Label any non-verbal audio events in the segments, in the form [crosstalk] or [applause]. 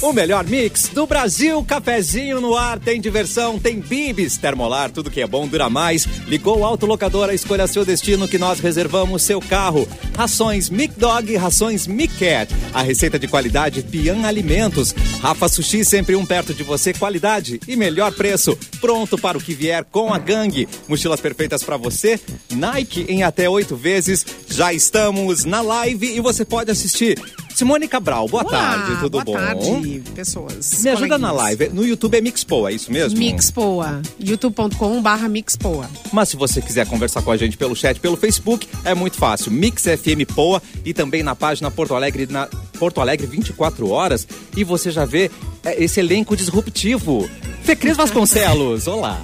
O melhor mix do Brasil, cafezinho no ar, tem diversão, tem bibis, termolar, tudo que é bom dura mais. Ligou o autolocadora, escolha seu destino que nós reservamos seu carro. Rações Mic Dog, rações Mic Cat. A receita de qualidade Pian Alimentos. Rafa Sushi, sempre um perto de você, qualidade e melhor preço. Pronto para o que vier com a gangue. Mochilas perfeitas para você, Nike em até oito vezes. Já estamos na live e você pode assistir. Simone Cabral, boa Olá, tarde, tudo boa bom? tarde, pessoas. Me ajuda coleguinhas. na live. No YouTube é Mixpoa, é isso mesmo? Mixpoa. youtube.com.br Mixpoa. Mas se você quiser conversar com a gente pelo chat, pelo Facebook, é muito fácil. Mix FM Poa e também na página Porto Alegre, na Porto Alegre 24 horas. E você já vê é, esse elenco disruptivo. Fê Cris Vasconcelos, olá.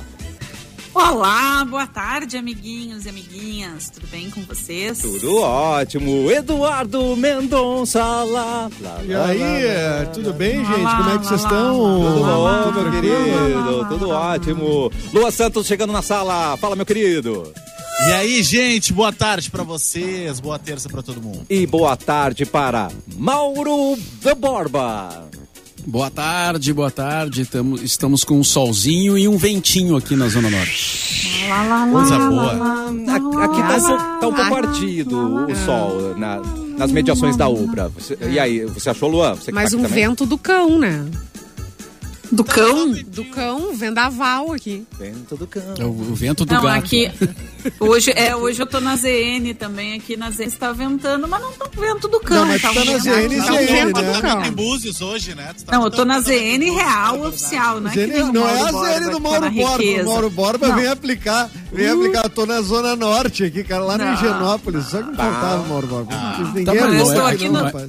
Olá, boa tarde, amiguinhos e amiguinhas. Tudo bem com vocês? Tudo ótimo. Eduardo Mendonça, lá. lá, E lá, aí, lá, é, lá, lá. tudo bem, Lá, gente? lá, Como é que lá, vocês lá, estão? Tudo lá, lá, bom, lá, meu lá, lá, lá, querido? lá, Tudo lá, lá. ótimo. Lua Santos chegando na sala. Fala, meu querido. E aí, gente, boa tarde pra vocês, boa terça pra todo mundo. E boa tarde para Mauro da Borba. Boa tarde, boa tarde. Tamo- estamos com um solzinho e um ventinho aqui na Zona Norte. Lá, lá, lá, Coisa lá, boa. lá. A- Aqui tá um, pouco- tá um pouco ardido o sol na- nas mediações da UBRA. Você- e aí, você achou, Luan? Você que Mas tá um aqui também? vento do cão, né? Do cão? Do cão, vendaval aqui. Vento do É campo. o, o vento do Não, gato. aqui. Hoje, é, hoje eu tô na ZN também, aqui na ZN está ventando, mas não tá um vento do cão. Não, mas tá tu tá um na vento- ZN, tá um ZN, vento do né? Não, cão. Tá em Búzios hoje, né? Tu tá- Não, eu tô na tá- tá- ZN real tá- oficial, né? Zene- Que nem o não é Mauro a Borba, Zene que do tá Mauro na Borba. O riqueza. Mauro Borba Não. vem aplicar. Vem aplicar. Tô na Zona Norte aqui, cara, lá Não. no Higienópolis. Só que me faltava, Mauro Borba. Ninguém Tá, mas é eu louco, estou aqui não, no- rapaz.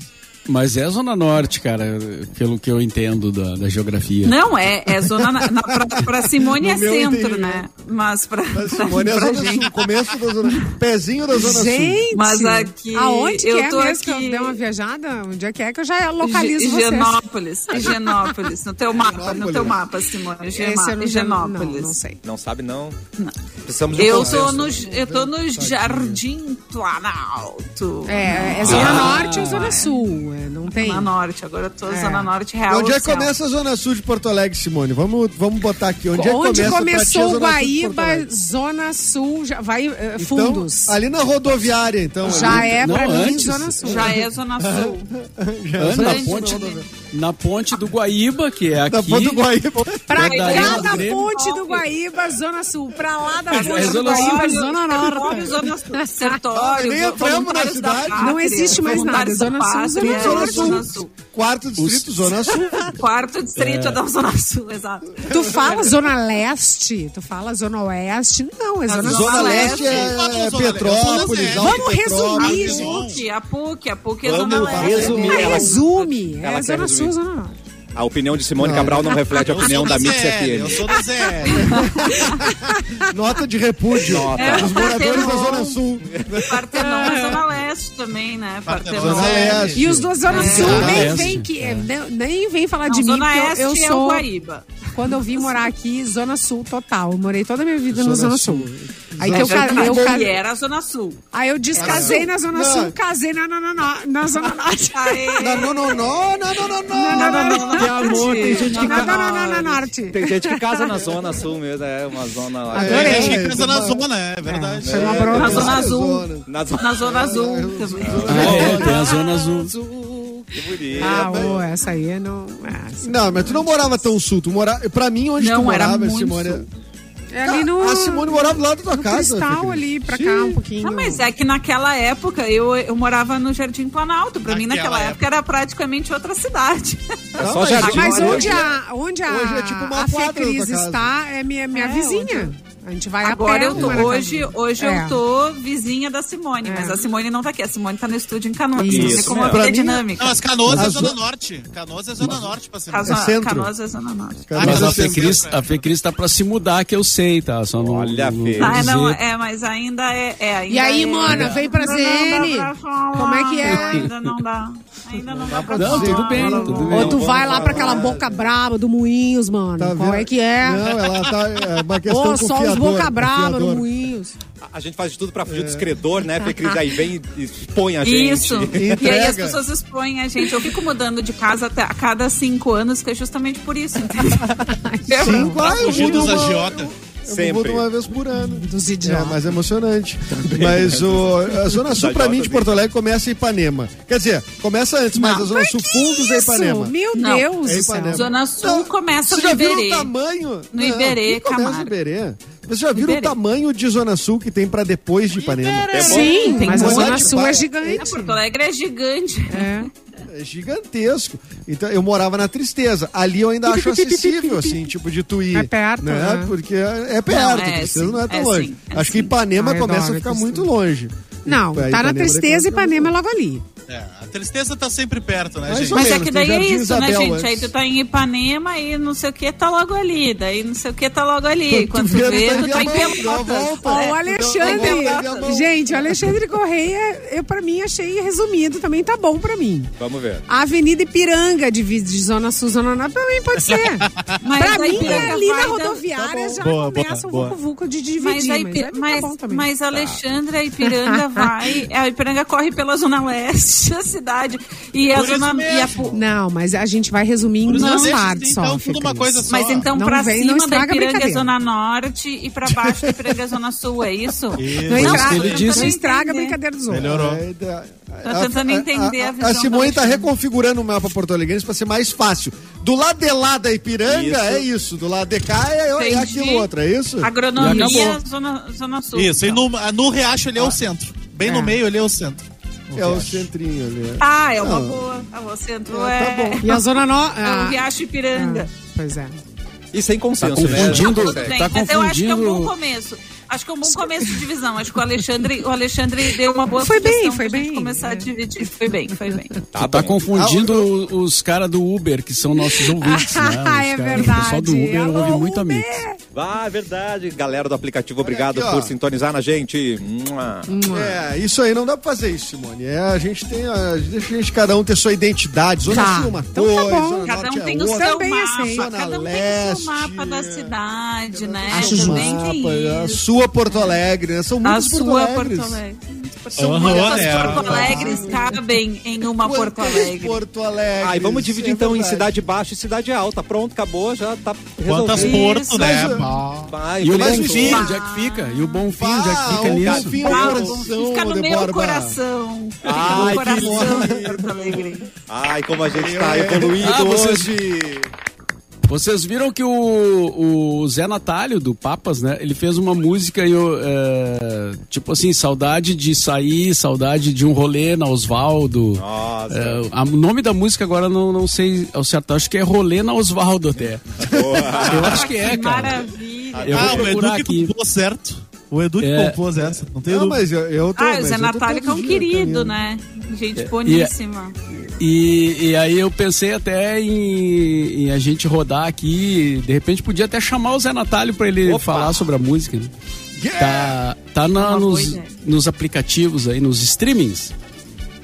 Mas é a Zona Norte, cara, pelo que eu entendo da, da geografia. Não, é, é zona. Na, na- pra, pra Simone é No meu centro, entendimento. né? Mas pra. Mas Simone é a pra Zona Sul, começo da Zona Sul. Pezinho da Zona Sul. Gente, Mas aqui- aonde eu que é tô mesmo que aqui- eu dei uma viajada? Onde é que é que eu já localizo Ge- vocês? Higienópolis, Higienópolis, no teu mapa, no teu mapa, Simone, Esse eu Higienó- É, não, Higienópolis. Não, não Higienópolis. sei. Não sabe, não? Precisamos de um Eu tô consenso. no, eu tô no Jardim Planalto. É, é Ah. Ah. Zona Norte ou Zona Sul. é, não tem. Zona Norte, agora eu tô na É. Zona Norte Real. Onde é que oficial. começa a Zona Sul de Porto Alegre, Simone? Vamos, vamos botar aqui. Onde, é que Onde começa pra ti a começou o Zona Sul de Porto Guaíba, Alegre? Zona Sul, já vai eh, Então, fundos. ali na rodoviária, então. já ali. é pra Não, mim antes. Zona Sul. Já é Zona Sul. Já Antes da Grande Ah, ponte, Lima. na ponte do Guaíba, que é aqui. é Da ponta do Guaíba. Pra Daí cá o da Grêmio- ponte do Guaíba, Zona Sul. Pra lá da ponte é do Zona Sul. Guaíba, Zona Sertório, Norte. Ah, Zona [laughs] Sul, Sertório, Nem entramos na Voluntários da cidade. Pátria, Não existe mais nada, Voluntários da Zona Sul, Pátria, Zona Zona é Zona Sul. Sul. Quarto distrito, Zona Sul. Quarto distrito é da Zona Sul, exato. Tu fala Zona Leste, tu fala Zona Oeste. Não, é A Zona Zona Sul. Zona Leste é, Leste. é Zona Petrópolis, Alto Leste. Vamos resumir, Petrópolis. gente. PUC, a PUC, a PUC é Vamos Zona Leste. resumir. Ah, Ela- resume. ela é quer Zona Sul, resumir. Zona Norte. A opinião de Simone Cabral não [laughs] reflete a Eu opinião sou da Mix ZL, Eu FM. sou da ZL. Nota de repúdio. Nota. Os moradores da É, Partenon. Zona Sul. [laughs] Partenon é Zona Leste também, né? Partenon. Partenon. Zona Leste. E os dois Zona É. Sul Zona nem Leste. vem, que, é, nem- nem vem falar Não, de mim, Zona porque Oeste eu, eu é o sou. Guaíba. Quando eu vim morar aqui, Zona Sul total. Eu morei toda a minha vida na Zona Sul. Aí que É, eu, ca- eu, já- ca- E era a Zona Sul. aí eu descasei na Zona Não. Sul, casei na, na, na, na, na Zona Norte. [laughs] Aê. Não, não, não, não, não, não, não. Na, na, na, na, Tem amor, tem gente na, na, na, na, na Norte. Tem gente que casa na Zona Sul mesmo, é uma zona lá. É. A gente É, que casa na é. zona, é verdade. Foi uma Na bronca. Zona Azul. Zona. Na Zona Na Zona Azul também. Ah, é, tem a Zona Azul. que bonito. é Ah, ô, essa aí eu não. ah, sim. Não, mas tu não morava tão sul. Tu morava, pra mim, onde tu Não, era morava, muito Simone? Tá, sul. É ali no. A Simone morava lá da tua no casa. Cristal Fê Cris. ali, pra cá um pouquinho. Ah, mas é que naquela época eu, eu morava no Jardim Planalto. Pra mim, Naquela naquela época, época. era praticamente outra [laughs] cidade. É Não, só mas- jardim. Mas Hoje onde é- a, onde a, hoje é tipo uma a Fê quadra da Cris tua casa. está é minha, minha É, vizinha. A gente vai Agora a eu pé, tô, maravilha. hoje, hoje É. eu tô vizinha da Simone, É. mas a Simone não tá aqui. A Simone tá no estúdio em Canoas. Isso, Não sei como né? é Pra a mim, dinâmica. Não, mas Canoas é Mas Zona zo- Norte. Canoas é Zona Norte, pra ser A zona- centro. Canoas é Zona Norte. Cara, Mas a eu Fê sei. Cris, a Fê Cris tá pra se mudar, que eu sei, tá? Só não, Olha, não- Fê. não Ah, não, dizer. é, mas ainda é. é, ainda E aí, é- mana, vem pra Ainda não ZN. dá pra falar, Como é que é? Ainda não dá. Ainda não dá pra Não, falar. tudo bem, tudo bem. Ou tu Não, vai vamos lá pra aquela boca braba do Moinhos, mano. Tá Qual vendo? é que é? Não, ela tá. É uma questão Ô, só os Fiador, Boca Brava, no fiador. Moinhos. A- A gente faz de tudo pra fugir do escredor, né? Porque eles aí vem e expõe a gente. Isso. E aí Entrega. as pessoas expõem a gente. Eu fico mudando de casa até- a cada cinco anos, que é justamente por isso. [laughs] entendeu? Sim, Tá claro, eu Fugindo mudo dos uma- agiota. Eu Sempre. mudo uma vez por ano. Dos É idiotas. mais emocionante. Mas o, a Zona Sul, pra mim, de Porto Alegre, começa em Ipanema. Quer dizer, começa antes, mas Não, a Zona Sul fundos é Ah, Isso, Ipanema. Meu Não. Deus É do céu. Ipanema. Zona Sul Não, começa Vocês no já viram o Iberê. tamanho? No Iberê, não começa no Camargo. Iberê. Vocês já viram Iberê. o tamanho de Zona Sul que tem pra depois de Ipanema? É bom. Sim, Tem mas a um Zona monte de Sul é bairro. Ah, gigante. Porto Alegre é gigante. É. É gigantesco. Então eu morava na tristeza. Ali eu ainda acho acessível, assim, tipo de tu ir. É perto, né? Porque é é perto, Não, é, tristeza não é sim, tão é longe. sim, é acho que sim. Ipanema Ah, eu começa a adoro ficar Tristeza. muito longe. Não, Ipa- tá na Ipanema tristeza, é quase- Ipanema é logo ali. É, a tristeza tá sempre perto, né, Mais gente? ou Mas é menos, que tem daí é Jardim isso, né, Isabel gente? antes. Aí tu tá em Ipanema e não sei o que tá logo ali. Daí não sei o que tá logo ali. Quando tu vê, tu tá em Pelotas. Ó, o Tem Alexandre. Pelotas. Gente, o Alexandre Correia, eu pra mim achei resumido também, tá bom pra mim. Vamos ver. A Avenida Ipiranga divide de Zona Sul, Zona Norte, pra mim pode ser. Mas pra a mim, Ipiranga é ali na vai dando- rodoviária já Boa, começa boa, o vucu-vucu de dividir, Mas, mas, a aí Ipi- tá mas, bom também. mas Alexandre, a Ipiranga [laughs] vai. A Ipiranga corre pela Zona Leste da cidade. E a Por isso Zona. E a, mesmo. pu- Não, mas a gente vai resumir em Por isso duas deixa, partes só. então, tudo fica uma isso. coisa só. Mas então Não pra vem, não cima da estraga a Ipiranga é brincadeira. Zona Norte e pra baixo da Ipiranga é Zona Sul, é isso? Isso. Não Foi isso estraga, que ele não disse. estraga a Entender. brincadeira dos outros. Melhorou. É, da- Tô Tá tentando entender a a, visão Simone do tá Alexandre. reconfigurando o mapa porto-alegrense pra ser mais fácil. Do lado de lá da Ipiranga Isso. é isso, do lado de cá é, é Entendi. aquilo outro, é isso? E Agronomia, acabou. zona, zona Sul. Isso, e então. no, no Riacho ali é o centro. Bem no meio ali é o centro. No É o Riacho. centrinho ali. é. Ah, é uma Não. boa. Ah, o centro Ah, tá é. bom. E a Zona Norte... É o Riacho Ipiranga. Pois é. E sem Tá consenso, né? confundindo, Tudo bem, tá é- mas eu acho que é um bom confundindo. começo. Acho que é um bom começo de divisão. Acho que o Alexandre, o Alexandre deu uma boa Foi bem, sugestão foi pra gente bem, começar é. a dividir. Foi bem, foi bem. Tá Tá bom. confundindo os caras do Uber, que são nossos ouvintes, né? Os [laughs] Ah, é cara- O pessoal verdade. do Uber Alô, ouve muito a Uber! Mix. Ah, é verdade. Galera do aplicativo, obrigado aqui, ó. por sintonizar na gente. Mua. É, isso aí não dá pra fazer isso, Simone. É, a gente tem. A, deixa a gente cada um ter sua identidade. Zona Tá. Sul é uma Então tá coisa. bom. Zona Cada Norte um é tem o outra. seu Também assim, mapa. aceito. Cada um Zona tem o Leste, seu mapa da cidade, né? Acho justo. Também Mapa, é, tem a isso. sua Porto Alegre, né? São A muitos é Porto sua Porto Alegres. Alegre. Aham, Quantas né? Porto Alegres cabem em uma Quantas Porto Alegre? Porto Alegres. Aí vamos dividir É então em verdade. cidade baixa e cidade alta. Pronto, acabou, já tá Quantas resolvido. Porto, né? Mas, Vai, E um o vai, Bom o Fim, Bar- onde é que fica? E o Bom Fim, onde é que Ah, fica o nisso? Bonfim Ah, é o bom, coração fica no de meu Borba. coração. Fica Ai, no que coração de Porto Alegre. Ai, como a gente é. tá evoluído Ah, vocês- hoje. Vocês viram que o, o Zé Natalio, do Papas, né? Ele fez uma música e eu, é, tipo assim, saudade de sair, saudade de um rolê na Osvaldo. Nossa, É, a- o nome da música agora eu não, não sei ao certo, acho que é Rolê na Osvaldo até. boa. Eu acho que é, cara. Maravilha. Eu ah, vou o Edu procurar que aqui. comprou certo. O Edu que É. compôs essa, não tem Não, dúvida. mas eu, eu tô, Ah, o mas Zé eu tô Natália que é um todo dia querido, caminhando. né? Gente boníssima. E, e aí eu pensei até em, em a gente rodar aqui. De repente podia até chamar o Zé Natalio pra ele Opa! falar sobre a música. né? Yeah! Tá, tá na- Uma boa nos, ideia. nos aplicativos aí, nos streamings.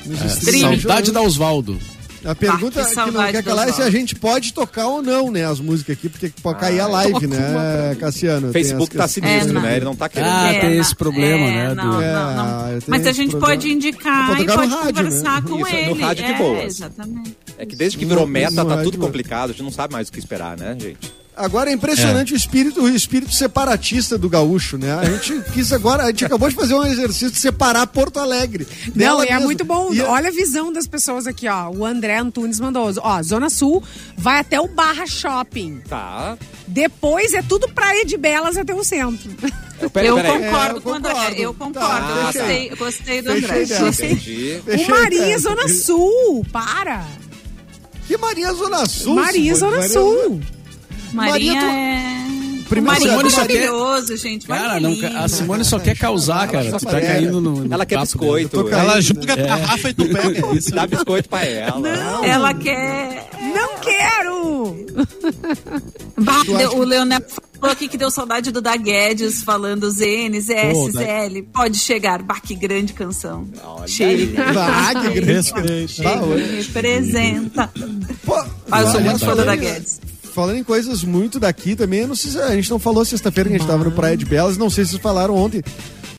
Nos Streaming. streams. Saudade da Osvaldo. A pergunta Ah, que que, não saudade quer do calar é se Oswaldo. a gente pode tocar ou não, né? As músicas aqui, porque pode cair Ah, a live, né, Cassiano? Tem [laughs] Facebook as tá questões, sinistro, É, não. né? Ele não tá querendo. Ah, tem na- esse problema, né, do- Não, não, É, não. tem Mas a esse gente problema. pode Dá pra indicar e tocar pode no rádio, conversar né? com Isso, é ele. no rádio de é, boas. Exatamente. É que desde que virou meta, tá Não, tudo não. complicado. A gente não sabe mais o que esperar, né, gente? Agora é impressionante o espírito, o espírito separatista do gaúcho, né? A gente [laughs] quis agora, a gente acabou de fazer um exercício de separar Porto Alegre. Não, dela e é mesma. muito bom. E- Olha a visão das pessoas aqui, ó. O André Antunes mandou. Ó, Zona Sul vai até o Barra Shopping. Tá. Depois é tudo praia de belas até o centro. Eu, pera, eu, pera aí. concordo É, eu com o André. concordo. Eu concordo. eu Tá, gostei, eu gostei do Fechei André. dela. Entendi. o Fechei, Maria, cara. Zona Sul. Para. Que Maria Zona Sul. Maria, Simone, Zona Maria- Sul. Marinha Maria, é. Primeiro, Primeiro, Simone Marinha é só quer- maravilhoso, gente. Cara, Marinha não, é a linda. Simone só quer assim, causar, cara. só Tu tá parece. caindo no. no Ela quer papo biscoito. Eu tô é? Ela Ela joga É. a garrafa e tu pega. Isso. [laughs] dá biscoito pra ela. Ela quer. Não quero. Bah, deu- o Leonel falou aqui que deu saudade do Daguedes falando ZNs, Pô, S, Dag- ZL. Pode chegar. Bah, que grande canção. Olha Chega. [laughs] Ah, que grande. [laughs] Respeita. Bah, Chega, me apresenta. Pô, Ah, eu sou olha, muito fã do falando- Daguedes. falando em coisas muito daqui também, eu não sei se- a gente não falou sexta-feira que a gente tava no Praia de Belas, não sei se vocês falaram ontem,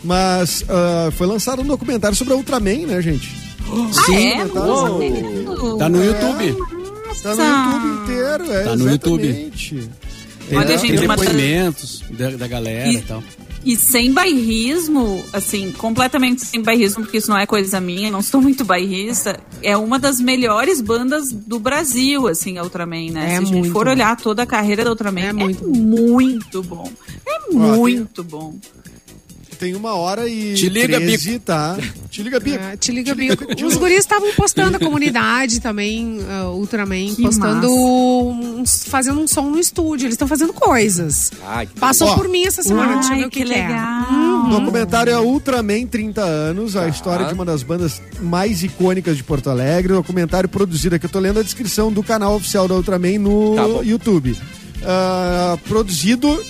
mas ah, foi lançado um documentário sobre a Ultraman, né, gente? Ah, é? então. documentário- Nossa, Uou. tem- Tá no YouTube. Ah, Tá no YouTube inteiro, é. Tá no YouTube. exatamente. Olha, É, gente, Tem uma tra- depoimentos da, da galera e, E- tal. E sem bairrismo, assim, completamente sem bairrismo, porque isso não é coisa minha, não sou muito bairrista. É uma das melhores bandas do Brasil, assim, a Ultraman, né? É Se a gente muito for bom. olhar toda a carreira da Ultraman, É é, muito muito, bom. bom. É Ó, tem- muito bom. Tem uma hora e. Te liga, 13, [laughs] tá? Te liga, Bico. É, te liga, bico. Os guris estavam postando a comunidade também, ah, Ultraman, Que postando. massa. uns- fazendo um som no estúdio. Eles estão fazendo coisas. Ai, que Passou Ó. por mim essa semana, deixa eu Ai, ver o que, que que é. legal. Uhum. O documentário é Ultraman 30 anos, Tá. a história de uma das bandas mais icônicas de Porto Alegre. O documentário produzido aqui, eu tô lendo a descrição do canal oficial da Ultraman no Tá bom. YouTube. Ah, produzido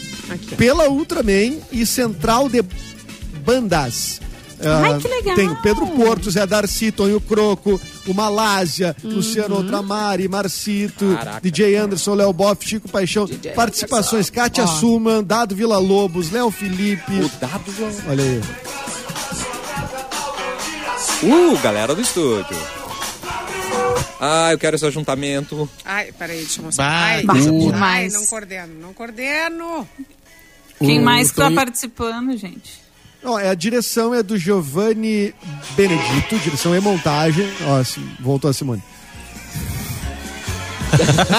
pela Ultraman e Central de Bandas. Ah, Ai, que legal. Tem o Pedro Porto, Zé Darcy, Tonho Croco, o Malásia, Luciano Ultramari, Marcito, Uhum. Caraca. DJ Anderson, Léo Boff, Chico Paixão, participações Kátia Suman, Dado Vila Lobos, Léo Felipe, O dado. já- Olha aí. Uh, galera do estúdio. Ah, eu quero esse ajuntamento. Ai, peraí, deixa eu mostrar. Bah, Ai, bah, ai, demais. não coordeno, não coordeno. Quem O- mais que tá então, participando, gente? Ó, é, a direção é do Giovanni Benedito, direção e montagem. Ó, se- voltou a Simone.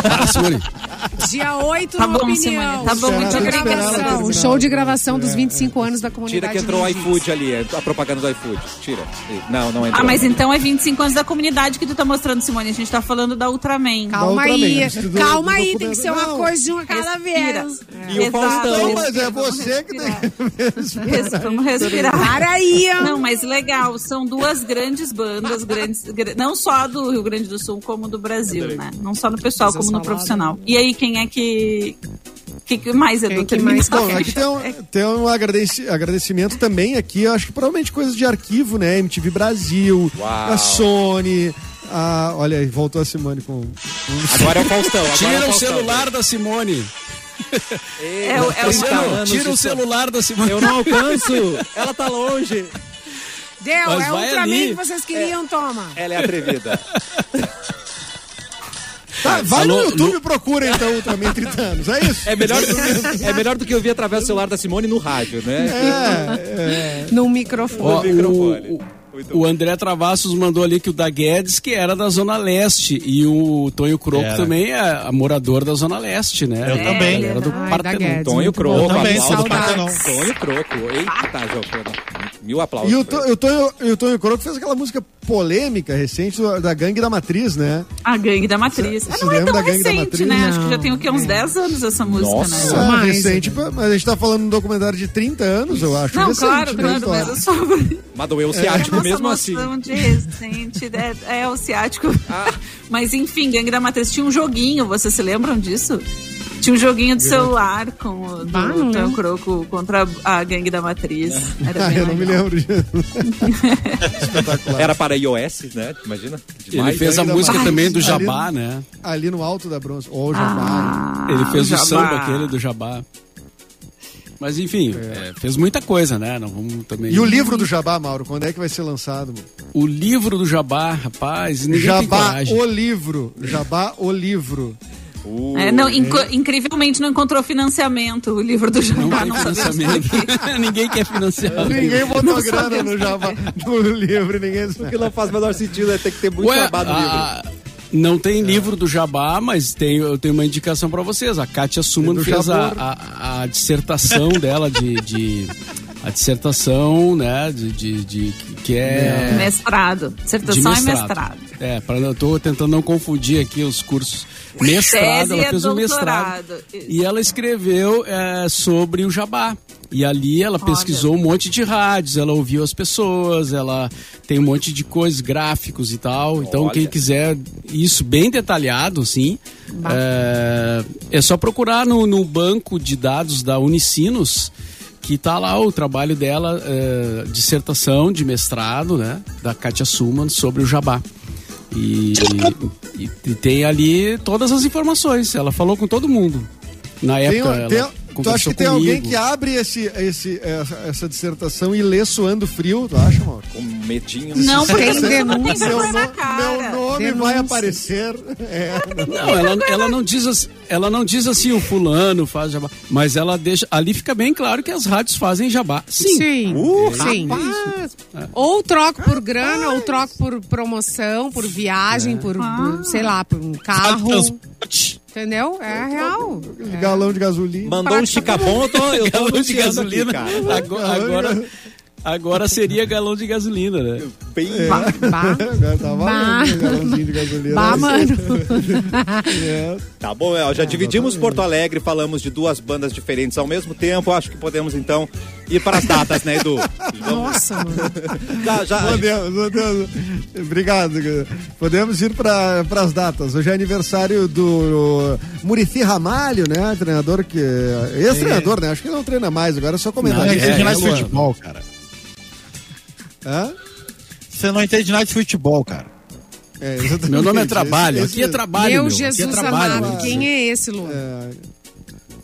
Ah, Simone, [laughs] Dia 8 Tá no bom, Opinião. Simone, tá bom, show muito de obrigada. gravação, O show de gravação dos 25 anos da comunidade. Tira que entrou o Luiz. iFood ali, é a propaganda do iFood. Tira. Ih, Não, não entrou. Ah, mas então é 25 anos da comunidade que tu tá mostrando, Simone. A gente tá falando da Calma Ultraman. Da outra aí, vez, do- calma do aí, tem que documento. ser uma Não. coisa de uma cada Respira. É. vez. E o Faustão? Não, mas é você que tem Res- Vamos respirar. Para aí, ó. Não, mas legal, são duas grandes bandas, grandes, gra- não só do Rio Grande do Sul, como do Brasil, né? Não só no pessoal, como no profissional. E aí, quem é que. que, que mais é Quem do que mais Bom, aqui tem um, tem um agradeci- agradecimento também aqui, eu acho que provavelmente coisas de arquivo, né? MTV Brasil, Uau. a Sony, a... Olha aí, voltou a Simone com... Agora é o Faustão. Agora é Tira o Faustão. celular da Simone. Ei, [laughs] É o- é o Faustão, Faustão. anos Tira de o celular da Simone. Eu não É alcanço. Ela tá longe. Deu, Mas é vai Ultraman ali. que vocês queriam, toma. Ela é atrevida. Tá, vai Alô, no YouTube e procura então Ultraman 30 anos, é isso? É melhor, [laughs] do, é melhor do que eu vi através do celular da Simone no rádio, né? É, É. No Ó, microfone. microfone. o- O, o André Travassos mandou ali que o da Guedes, que era da Zona Leste, e o Tonho Croco Era. também é a morador da Zona Leste, né? Eu É, também. Era do Ai, da Partenon. Guedes. Tonho muito Croco. bom. Eu também aplausos sou do pra- Partenon. Tonho Croco. Eita, Giovana. Mil aplausos. E o, pra To- ele. o Tonho, e o Tonho Croco fez aquela música polêmica recente do- da Gangue da Matriz, né? A Gangue da Matriz. Ah, não é lembra tão da Gangue da recente, Matriz? É. né? Acho que já tem o quê? Uns Não. 10 anos essa música, Nossa. né? Ah, mais, recente, mas a gente tá falando de um documentário de 30 anos, eu acho. Não, recente, claro, né, claro, história. mas assim, eu só. [laughs] Mas doeu o É a ciático nossa mesmo assim. noção de recente, né? é, o ciático. Ah. [laughs] Mas enfim, Gangue da Matriz tinha um joguinho, vocês se lembram disso? Tinha um joguinho de celular com o do Bah, não. Tom Croco contra a Gangue da Matriz. Era [laughs] Ah, bem eu não me legal. lembro disso. Espetacular. Era para iOS, né? Imagina. Ele Demais, fez né? a ainda música mais. também do Ali- Jabá, né? Ali no alto da bronze. Ó, o Jabá. Ah, Ele fez o Jabá. samba aquele do Jabá. Mas enfim, é, fez muita coisa, né? Não vamos também. E o livro do Jabá, Mauro, quando é que vai ser lançado? mano? O livro do Jabá, rapaz, ninguém tem Jabá, coragem. o livro. Jabá, o livro. Uh, É, não, inco- incrivelmente não encontrou financiamento o livro do Uhum. Não Jabá, tem não, sabemos. financiamento. [laughs] ninguém quer financiar. o livro. Ninguém botou grana no Jabá, [laughs] no livro, ninguém O que não faz o menor sentido é ter que ter muito Ué, trabalho no livro. a- Não tem livro do Jabá, mas tem, eu tenho uma indicação pra vocês. A Kátia Suman Tem do fez a, Jabor. a- a dissertação [laughs] dela de, de- A dissertação, né? De, de- de- que é. Mestrado. De Dissertação mestrado. é mestrado. É, pra, eu tô tentando não confundir aqui os cursos. Mestrado, [laughs] Tese ela é fez o mestrado. doutorado. Isso. E ela escreveu é, sobre o jabá. E ali ela pesquisou um monte de rádios, ela ouviu as pessoas, ela tem um monte de coisas, gráficos e tal. Então, Olha. quem quiser isso bem detalhado, sim, é, é só procurar no, no banco de dados da Unicinos, que tá lá o trabalho dela, é, dissertação de mestrado, né, da Katia Suman sobre o jabá. E, e- e tem ali todas as informações. Ela falou com todo mundo. Na Tem, um- época, ela tem- tu conversou acha que tem comigo. alguém que abre esse, esse, essa, essa dissertação e lê suando frio? Tu acha, Mauro? Com medinho. assim. Não, porque Tem não tem denúncia. vergonha na no- meu cara. nome vai Denúncia. aparecer. [laughs] É, Não, ela, ela não diz assim, ela não diz assim o fulano faz jabá, mas ela deixa ali fica bem claro que as rádios fazem jabá. Sim. Sim. Uh, Sim. É. Ou troco por grana, ou troco por promoção, por viagem, É. por, por, sei lá, por um carro. Transporte. Entendeu? É real. aquele galão de gasolina. Mandou um chicabom, [laughs] eu tô, eu tô Galão Tá de anunciando aqui, gasolina. Tá cara. Agora, agora, agora seria galão de gasolina, né? Bem... É. Bah, Agora tá valendo, Bah. galãozinho de gasolina. assim, bah, mano. É. Tá bom, Mel, já dividimos Porto Alegre, falamos de duas bandas diferentes ao mesmo tempo. Acho que podemos, então, ir para as datas, né, Edu? Vamos- Nossa, mano. Já, já, Podemos, podemos. Obrigado. Podemos ir para as datas. Hoje é aniversário do Murici Ramalho, né? Treinador que. Ex-treinador, né? Acho que ele não treina mais, agora é só Não, comentar. não entende é, nada de Luan. futebol, cara. Hã? Você não entende nada de futebol, cara. É, exatamente. Meu nome é Esse- trabalho, esse- aqui é trabalho. Meu meu. Jesus aqui é trabalho, amado, né? quem é esse, Lu? É,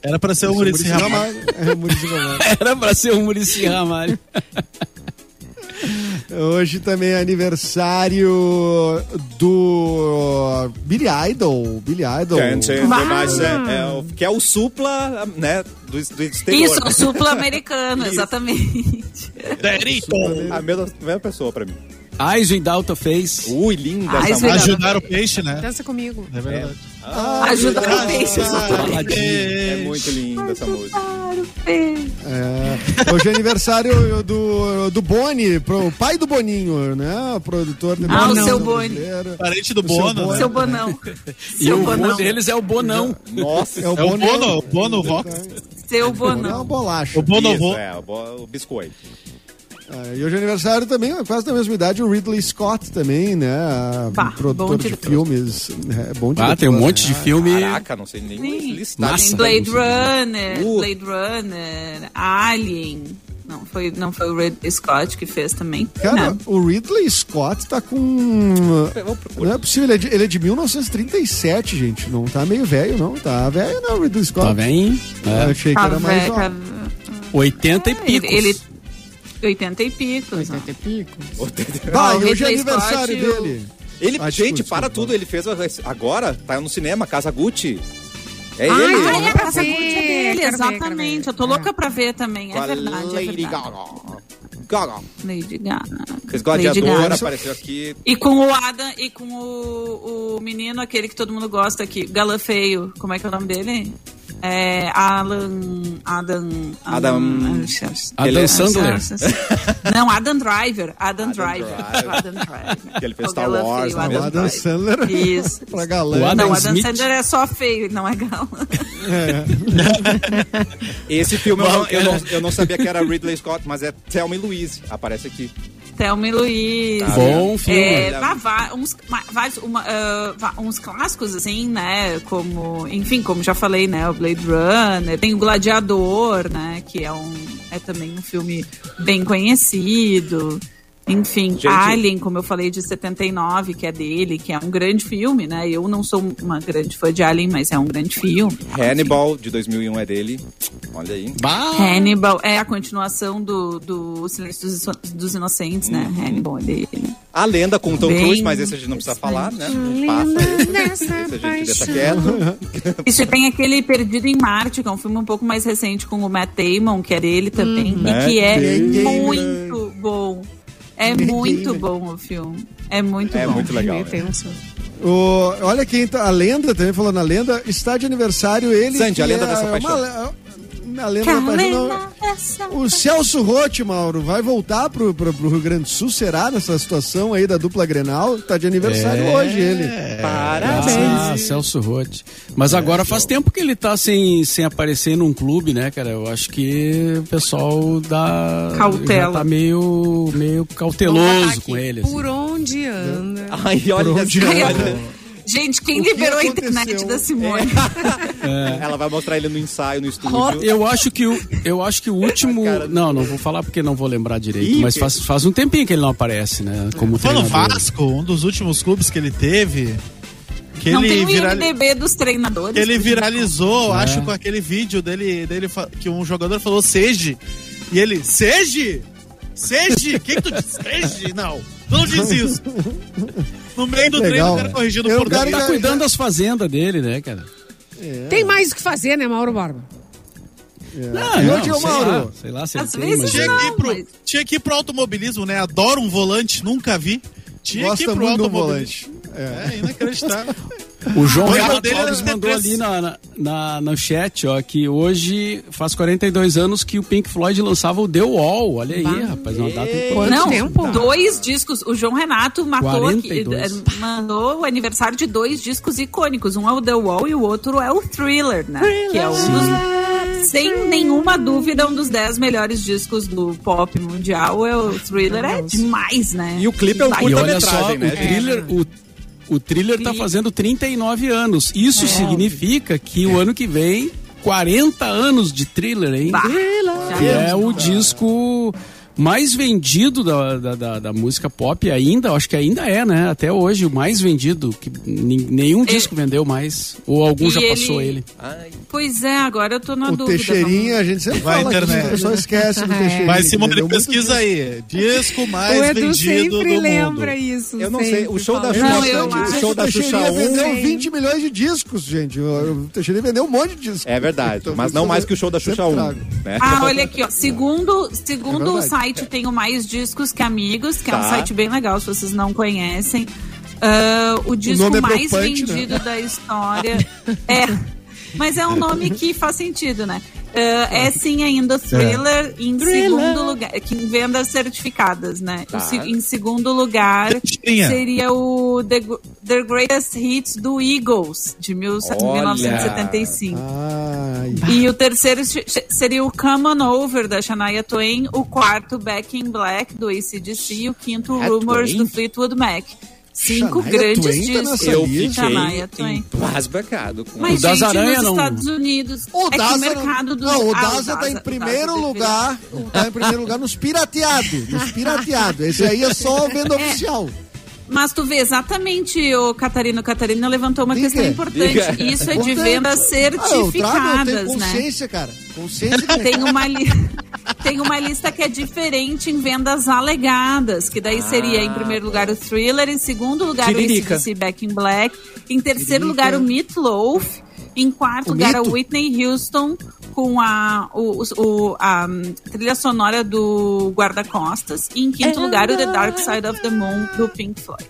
Era pra ser o Murici Muricy Ramalho. Ramalho. É, Muricy Ramalho. Era pra ser o Murici Ramalho. Hoje também é aniversário do Billy Idol. Billy Idol. Can't change Vai. demais, é, é o- que é o supla, né, do, do exterior. Isso, né? o sul-americano, exatamente. é Derito. A mesma, a mesma pessoa pra mim. Eyes Without a Face. Ui, linda essa Ai, isso é música. Ajudaram o peixe, né? Dança comigo. É verdade. Ah, Ajuda o peixe. É muito linda essa música. É, hoje é aniversário do, do Boni, pro, o pai do Boninho, né? O produtor É do Ah, o Boninho seu brasileiro. Parente do seu Bono, Bono. é né? um Seu bonão. E Seu o bom bonão. deles é o Bonão. Nossa, É o É o Bono. Bono, o né? Bono Vox. Seu É uma bonão. bolacha. O Bono isso, Vox. é, o bo- o biscoito. Ah, e hoje é aniversário também, quase da mesma idade, o Ridley Scott também, né? Ah, Bah, produtor bom de diretor. filmes. É, bom Ah, tem um diretor, monte né? de filme. Caraca, não sei nem Sim. listar. Massa. Tá Tem Blade Runner, Uh. Blade Runner, Alien. Não foi, não foi o Red Scott que fez também. Cara, Não. o Ridley Scott tá com. Eu vou procurar. Não é possível, ele é, de, ele é de 1937, gente. Não tá meio velho, não. Tá velho, não, o Ridley Scott. Tá bem? Eu É, achei que Tá era mais. velho, ó, tá- 80 e um. picos. Ah, Ele, ele- 80 e picos. ó. Bah, Ah, o e hoje é Ridley aniversário Scott e o- dele. Ele, Ah, gente, desculpa, para desculpa. tudo, ele fez agora, tá no cinema, Casa Gucci. É Ai, ele. olha, Ah, é, a Casa Quero ver, Gucci é dele, quero ver, exatamente. quero ver. Eu tô louca pra ver também, Com a é verdade. É Lady verdade. Gaga. Gaga. Lady Gaga. Fez Lady Gladiador, Gaga. apareceu aqui. E com o Adam e com o, o menino, aquele que todo mundo gosta aqui, galã feio. Como é que é o nome dele? É Alan. Adam. ah, Adam- Adam Ele é- Sandler. Não, Adam Driver. Adam, Driver. Driver. Adam Driver. Que ele fez O Star galã Wars, feio, né? O Adam Adam Sandler Isso. pra O galera. Adam Não, o Adam Smith. Sandler é só feio, ele não é galã. [laughs] Esse filme eu não, eu, não, eu não sabia que era Ridley Scott, mas é Thelma e Louise. Aparece aqui. Thelma e Louise. Tá. Bom filme. É, Olha. vá- vá- uns, ma- vários, uma, ah, vá- uns clássicos, assim, né? Como, enfim, como já falei, né? O Blade Runner, tem o Gladiador, né? Que é um. É também um filme bem conhecido. Enfim, Gente. Alien, como eu falei, de 79, que é dele, que é um grande filme, né? Eu não sou uma grande fã de Alien, mas é um grande filme. Hannibal, de 2001, é dele. Olha aí. Bah! Hannibal é a continuação do, do Silêncio dos, Ino- dos Inocentes, né? Hannibal é dele. A Lenda com o Tom Bem Cruise, mas esse a gente não precisa falar, né? Lenda Passa. dessa Esse a gente deixa paixão. quieto. Isso, e tem aquele Perdido em Marte, que é um filme um pouco mais recente com o Matt Damon, que é dele também, Matt e que é Uhum. Damon. muito bom. É Matt muito Damon. bom o filme. É muito É bom. muito legal. Meio né? tenso. O- olha quem tá. A lenda também falando, a lenda está de aniversário. Ele. Sandy, que a lenda é dessa uma paixão. le- a lenda Que a da paixão. lenda não- dessa- O Celso Rotti, Mauro, vai voltar pro, pro, pro Rio Grande do Sul, será nessa situação aí da dupla Grenal? Tá de aniversário hoje ele. É. Ah, Celso Rotti. Mas agora faz tempo que ele tá sem, sem aparecer num clube, né, cara? Eu acho que o pessoal da Cautela. já tá meio, meio Vamos botar cauteloso aqui. com ele. assim. Por onde anda? Ai, olha. onde só, anda? olha. Gente, quem O que liberou a aconteceu? É. internet da Simone? [laughs] É. Ela vai mostrar ele no ensaio, no estúdio. Eu acho que o, eu acho que o último. cara do- Não, não vou falar porque não vou lembrar direito. Ih, mas que- faz, faz um tempinho que ele não aparece, né? Como Foi no treinador. Vasco, um dos últimos clubes que ele teve. Que Não um ele tem o virali- IMDB dos treinadores. que ele porque- viralizou, É. acho, com aquele vídeo dele, dele fa- que um jogador falou Seji. E ele, Seji? Seji? Quem tu disse? Seji? Não, tu não diz isso. No meio do treino, Legal. o cara corrigindo Eu por Ele quero- português. tá cuidando das fazendas dele, né, cara? Tem mais o que fazer, né, Mauro Borba? Não, E onde é o sei Mauro? lá, sei lá se ele Às tem, vezes mas é Tinha Não, que, ir pro, mas- tinha que ir pro automobilismo, né? Adoro um volante, nunca vi. Tinha que Gosta ir pro muito do automobilismo. volante. É. É inacreditável. O João Mas o Renato dele era Alves mandou depress- ali na, na, na, no chat, ó, que hoje faz 42 anos que o Pink Floyd lançava o The Wall. Olha aí, rapaz, uma data importante. Não, tempo? dois discos. O João Renato matou aqui, 42. eh, mandou o aniversário de dois discos icônicos. Um é o The Wall e o outro é o Thriller, né? Que é um dos, sem nenhuma dúvida, um dos dez melhores discos do pop mundial. É o Thriller é demais, né? E o clipe é um Vai. E curta- olha só, Curta-metragem, o né, gente? thriller, o, o thriller tá fazendo 39 anos. Isso significa que o ano que vem, 40 anos de thriller, hein? Bah, Que já- é o disco mais vendido da, da, da- da música pop ainda, eu acho que ainda é, né? Até hoje, o mais vendido, que nin- nenhum disco vendeu mais, ou algum E já passou ele- ele. Pois é, agora eu tô na O dúvida. É. Teixeirinha, a gente sempre Vai, fala aqui, internet. o pessoal esquece do Teixeirinha. Vai, que Simone, vendeu muito pesquisa aí. Disco mais o Edu vendido do sempre mundo. lembra isso. Eu não sei, o sempre show da fala. Xuxa, Não, eu o acho. show da Xuxa um Teixeirinha 1 vendeu 20 milhões de discos, gente. O Teixeirinha vendeu um monte de discos. É verdade, Então, mas não mais que o show da Xuxa sempre 1. trago. Né? Ah, olha aqui, ó. Segundo, É segundo o verdade. site Tenho Mais Discos Que Amigos, que é um Tá. site bem legal, se vocês não conhecem. Ah, o disco nome é mais preocupante, né? vendido da história. é. Mas é um nome que faz sentido, né? Ah, é sim ainda thriller em segundo lugar. Que em vendas certificadas, né? O se- em segundo lugar Teixeirinha. seria o The, Gr- The Greatest Hits do Eagles, de mil- Olha. 1975. Ai, E o terceiro se- se- seria o Come On Over, da Shania Twain. O quarto, Back in Black, do ACDC. E o quinto, É Rumors, Twain? do Fleetwood Mac. Cinco Shania grandes Twain tá discos. nessa Eu Sabia? fiquei Shania Twain. embasbacado com Mas, O das gente, Aranha nos não- Estados Unidos, O é que Daza o mercado dos... não, o Ah, Daza tá em Daza- primeiro Daza lugar. Tá em primeiro lugar nos pirateados. Nos pirateados. Esse aí é só [laughs] venda oficial. Mas tu vê exatamente, o Catarina. O Catarina levantou uma Diga. questão importante. Diga. Isso é de Portanto, vendas ah, eu trago, eu certificadas, tenho né? consciência, cara. Consciência. [laughs] cara. Tem uma, li- tem uma lista que é diferente em vendas alegadas, que daí seria em primeiro lugar o Thriller, em segundo lugar Tiririca. o ACDC Back in Black, em terceiro lugar o Meat Loaf, em quarto O lugar mito. a Whitney Houston com a, o, o- a hum, trilha sonora do Guarda-Costas, e em quinto lugar o The Dark Side of the Moon do Pink Floyd.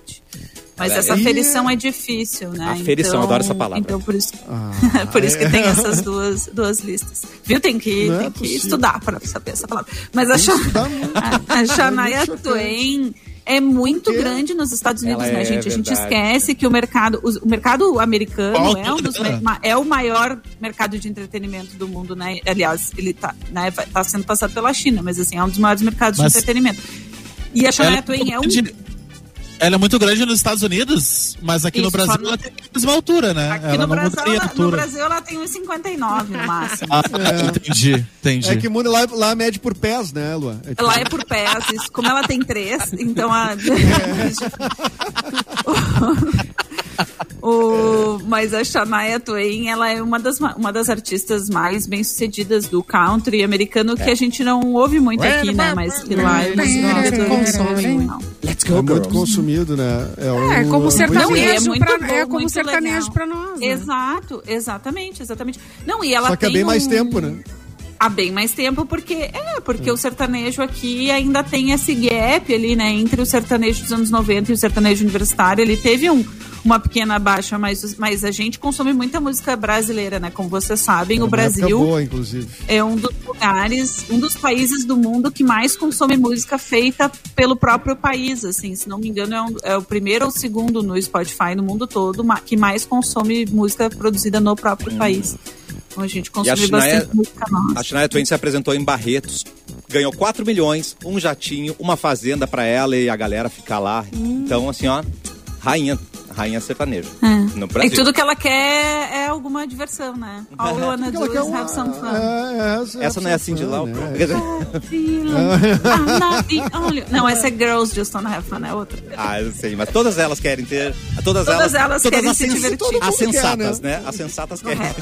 Mas essa aferição é difícil, né? Aferição, eu adoro essa palavra. Então por isso, [laughs] por isso que tem essas duas, duas listas. Viu? Tem que, É. Não é tem que possível. estudar para saber essa palavra. Mas a, Sha- [laughs] estudar muito. [laughs] a, a Shania chocante. Twain é muito Porque grande nos Estados Unidos, ela né, é gente? a gente verdade. esquece que o mercado, os- o mercado americano Qual é, um dos altura? me- ma- é o maior mercado de entretenimento do mundo, né? Aliás, ele tá, né, vai- tá sendo passado pela China, mas assim, é um dos maiores mercados Mas- de entretenimento. E a Shania é Twain é um muito grande- ela é muito grande nos Estados Unidos, mas aqui no Isso, Brasil só no- ela tem a mesma altura, né? Aqui ela no não Brasil, mudaria a ela, é no altura. Brasil ela tem uns 59 no máximo. Ah, entendi, entendi. É que muda lá, lá mede por pés, né, Lua? É tipo- Lá é por pés, isso. como ela tem três, então a. [laughs] o, mas a Shania Twain, ela é uma das, ma- uma das artistas mais bem-sucedidas do country americano que a gente não ouve muito aqui, né? Mas que lá eles gostam. Consomem. Não. Let's é go, muito girls. consumido, né? É, é como muito Não, e é sertanejo, muito pra, bom, é como muito sertanejo legal. pra nós. né? Exato, exatamente, exatamente. Não, e ela Só que é tem bem mais um- tempo, né? há bem mais tempo, porque é, porque o sertanejo aqui ainda tem esse gap ali, né, entre o sertanejo dos anos 90 e o sertanejo universitário, ele teve um, uma pequena baixa, mas, mas a gente consome muita música brasileira, né, como vocês sabem, o Uma época Brasil boa, inclusive. é um dos lugares, um dos países do mundo que mais consome música feita pelo próprio país, assim, se não me engano é, um- é o primeiro ou o segundo no Spotify no mundo todo ma- que mais consome música produzida no próprio país. Então a gente E a consome Shania- bastante música nossa. A Shania Twain se apresentou em Barretos, ganhou 4 milhões, um Hum. jatinho, uma fazenda pra ela e a galera ficar lá. Então, assim, ó, rainha. rainha sertaneja. É. No Brasil. E tudo que ela quer é alguma diversão, né? All we [laughs] wanna do Ela is quer é uma- have some fun. é, Essa não é a Cindy fun, Lauper. [laughs] né? Feeling, I'm not the only- Ah, Não, essa é Girls Just Wanna Have Fun, é outra. Ah, eu sei, mas todas elas querem ter. Todas, Todas elas querem as se sens- divertir. Todo mundo As sensatas, quer, né? As sensatas querem. É.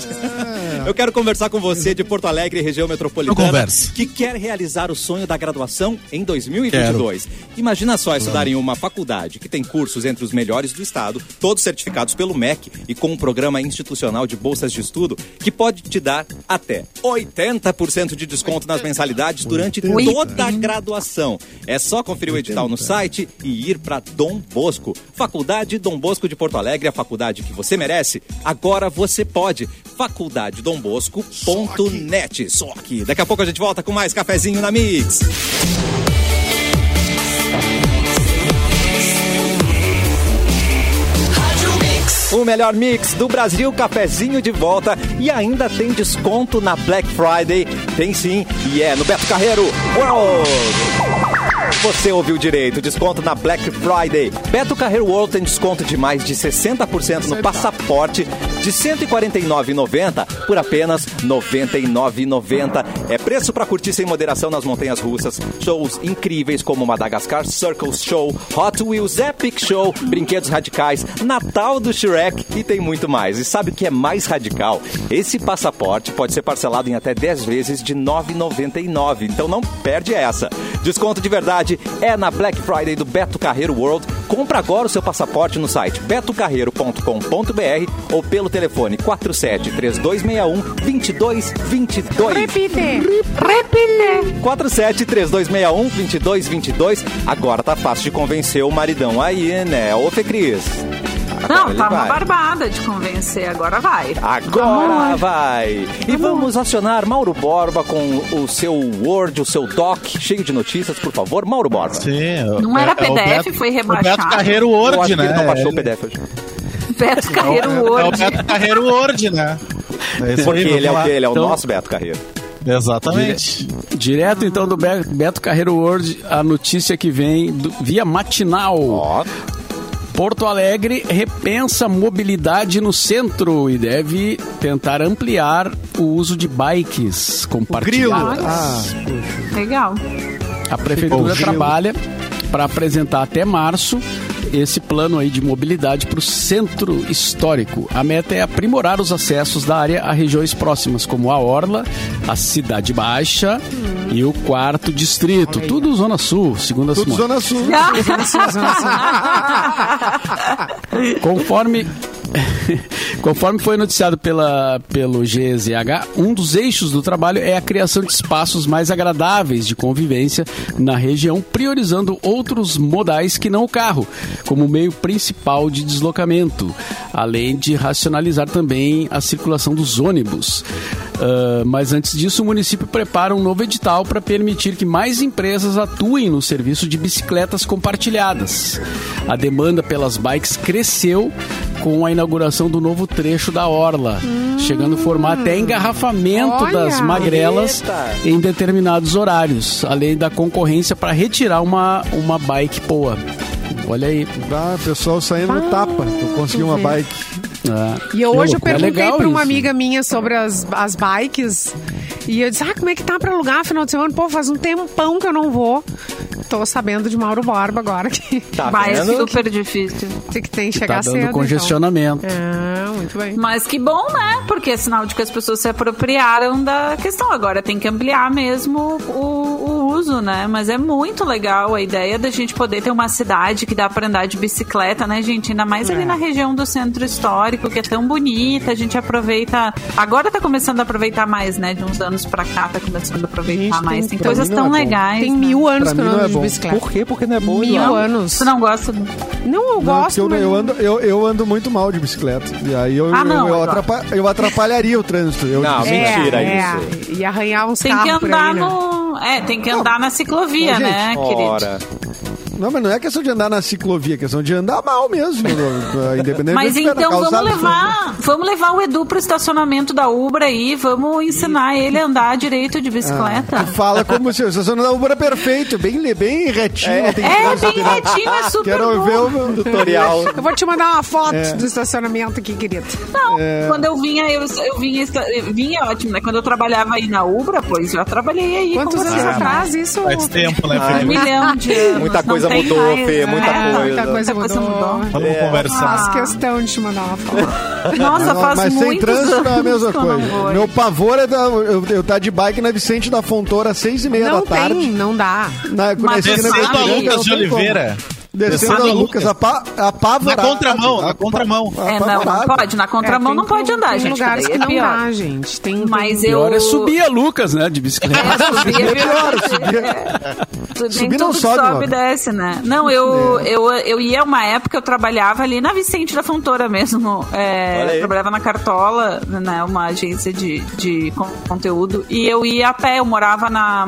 Eu quero conversar com você de Porto Alegre, região metropolitana. Eu converso. Que quer realizar o sonho da graduação em 2022. Imagina só estudar em uma faculdade que tem cursos entre os melhores do estado, todos certificados pelo MEC e com um programa institucional de bolsas de estudo que pode te dar até 80% de desconto nas mensalidades durante toda a graduação. É só conferir o edital no site e ir para Dom Bosco. Faculdade Dom Bosco de Porto Alegre, a faculdade que você merece. Agora você pode. faculdadedombosco.net. Só aqui. Daqui a pouco a gente volta com mais cafezinho na Mix. O melhor mix do Brasil, cafezinho de volta e ainda tem desconto na Black Friday. Tem sim, e é no Beto Carreiro. World. Você ouviu direito, desconto na Black Friday. Beto Carreiro World tem desconto de mais de 60% no passaporte de R$ 149,90 por apenas R$ 99,90. É preço para curtir sem moderação nas montanhas russas. Shows incríveis como Madagascar Circles Show, Hot Wheels Epic Show, Brinquedos Radicais, Natal do Shrek e tem muito mais. E sabe o que é mais radical? Esse passaporte pode ser parcelado em até 10 vezes de R$ 9,99. Então não perde essa. Desconto de verdade é na Black Friday do Beto Carreiro World. Compra agora o seu passaporte no site betocarreiro.com.br ou pelo telefone 473261 2222. Repite. 47 3261 2222. Agora tá fácil de convencer o maridão aí, né? Ô, Fê Cris. Não, ele tá uma vai. barbada de convencer, agora vai. Agora vai! E vamos acionar Mauro Borba com o seu Word, o seu Doc, cheio de notícias, por favor. Mauro Borba. Não era PDF, foi é O Beto rebaixado. Carreiro Eu acho Word, que né? ele não baixou o Ele- PDF hoje. Beto Carreiro É o World. Beto Carreiro Word, né? É isso aí, Porque vamos ele é o lá. quê? Ele é o Então- nosso Beto Carreiro. Exatamente. Direto então do Be- Beto Carreiro World, a notícia que vem do- via matinal. Ó, Porto Alegre repensa mobilidade no centro e deve tentar ampliar o uso de bikes compartilhadas. grilo. Ah, Legal. A prefeitura trabalha para apresentar até março esse plano aí de mobilidade para o centro histórico. A meta é aprimorar os acessos da área a regiões próximas, como a Orla, a Cidade Baixa e o Quarto Distrito. Tudo Zona Sul, segundo a tudo Simone. Zona Sul. Tá Conforme. [laughs] Conforme foi noticiado pela, pelo GZH, um dos eixos do trabalho é a criação de espaços mais agradáveis de convivência na região, priorizando outros modais que não o carro, como meio principal de deslocamento, além de racionalizar também a circulação dos ônibus. Ah, mas antes disso, o município prepara um novo edital para permitir que mais empresas atuem no serviço de bicicletas compartilhadas. A demanda pelas bikes cresceu com a inauguração do novo trecho da Orla, chegando a formar até engarrafamento Hum. Olha! das magrelas Eita! em determinados horários, além da concorrência para retirar uma, uma bike boa. Olha aí. Ah, o pessoal saindo no tapa. Eu consegui uma ver. bike. Ah, E hoje que eu loucura. É perguntei legal para uma isso. amiga minha sobre as, as bikes. E eu disse, ah, como é que tá pra alugar final de semana? Pô, faz um tempão que eu não vou. Tô sabendo de Mauro Borba agora que, tá Mas é vendo? super difícil. [laughs] que tem que Que tá chegar dando cedo. então. congestionamento. Ah, muito bem. Mas que bom, né? Porque é sinal de que as pessoas se apropriaram da questão. Agora tem que ampliar mesmo o, o uso, né? Mas é muito legal a ideia da gente poder ter uma cidade que dá pra andar de bicicleta, né, gente? Ainda mais É. ali na região do centro histórico, que é tão bonita. A gente aproveita. Agora tá começando a aproveitar mais, né? De uns anos pra cá tá começando a aproveitar Gente, mais. tem- Tem, pra coisas mim não tão é bom. legais. Tem né? mil anos Pra que eu mim não não é ando de bom. bicicleta. Por quê? Porque não é bom. Mil Eduardo. anos. Tu não gosta? do- Não, eu Não, porque gosto. eu, mas- eu ando, eu, eu ando muito mal de bicicleta. E aí eu, Ah, não, eu, eu agora. atrapa- eu atrapalharia o trânsito. Eu Não, dizia. é, mentira é, E arranhar uns Tem que carros por andar aí, né? no. É, tem que andar na ciclovia, Não, gente, né, querido? Ora. Não, mas não é questão de andar na ciclovia, é questão de andar mal mesmo, [laughs] no- independente Mas do que era, então vamos calçado. levar, vamos levar o Edu pro estacionamento da Ubra aí, vamos ensinar ele a andar direito de bicicleta. Fala como se o estacionamento da Ubra é perfeito, bem, le- bem retinho. não tem É, coisa bem que- retinho, é super né? Quero bom. ver o meu... Tutorial. Eu vou te mandar uma foto do estacionamento aqui, querido. Não, É. quando eu vinha, eu, eu vinha, eu vinha é ótimo, né? Quando eu trabalhava aí na Ubra, pois eu trabalhei aí. Quantos com anos vocês. atrás isso? Faz tempo, né, Ah, é. Um Felipe? milhão de anos. Muita não coisa tem mudou, mais, Fê, muita É, coisa. muita coisa Muita coisa mudou. mudou. Vamos É. conversar. Faz questão de te mandar uma foto. Nossa, Não, faz mas sem muitos trânsito é a anos mesma que eu não coisa. vou. Meu pavor é da, eu, eu tá de bike na Vicente da Fontoura às seis e meia Não da tarde. né? tem, não dá. Na, na Mas esquina da descendo a Ipiranga, Lucas não de tem como. Oliveira. Descendo Descendo a a Lucas, Lucas. apa, apavorado. Na contramão, na Apa- É, contramão. tá não, não apavorado. pode. Na contramão É, tem não pode que- andar, tem gente. lugares daí que é não pior. dá, gente. Tem, um- Mas eu. Pior é subir a Lucas, né? De [laughs] bicicleta. É, subir é tá pior. Tu- nem Subir não tudo que sobe, É. sobe, mano. desce, né? Não, eu, eu, eu ia uma época, eu trabalhava ali na Vicente da Fontoura mesmo. É, Olha aí. eu trabalhava na Cartola, né? Uma agência de, de con- conteúdo. E eu ia a pé, eu morava na,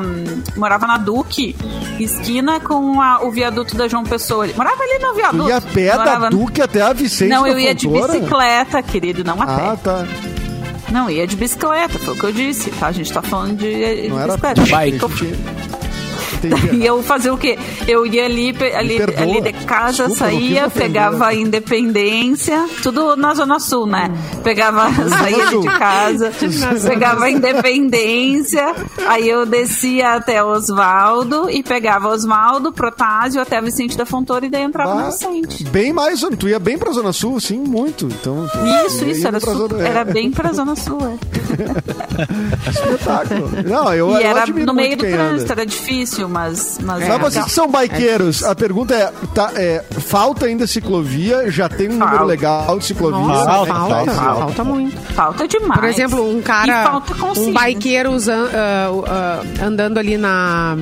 morava na Duque, esquina com a- o viaduto da João Pessoa. Morava ali no viaduto. Tu ia a pé da morava- Duque até a Vicente Não, da eu ia de Fontoura? bicicleta, querido, não a pé. Ah, tá. Não, ia de bicicleta, foi o que eu disse, tá? A gente tá falando de, de Não era bicicleta. bike. Tô- Entendi. E eu fazia o quê? Eu ia ali, pe- ali, perdoa. ali de casa, Desculpa, eu não quis saía, ofender. pegava a Independência, tudo na Zona Sul, né? Pegava, saía Sul. de casa, pegava a Independência, aí eu descia até Osvaldo e pegava Osvaldo, Protásio, até a Vicente da Fontoura e daí entrava no Bah, Vicente. bem mais, tu ia bem pra Zona Sul, sim, muito. Então, tu- Isso, ia isso, indo era, pra su- Zona- é, era bem pra Zona Sul, é. espetáculo. Não, [laughs] eu, E eu era admiro no muito meio do quem anda. trânsito, era difícil, mas. mas Mas era vocês que são baiqueiros, a pergunta é, tá, é, falta ainda ciclovia? Já tem um número Falta. legal de ciclovia? Nossa, Falta, falta, falta, falta. muito. Falta demais. Por exemplo, um E cara, falta consciência. um bikeiro usan- ah, ah, andando ali na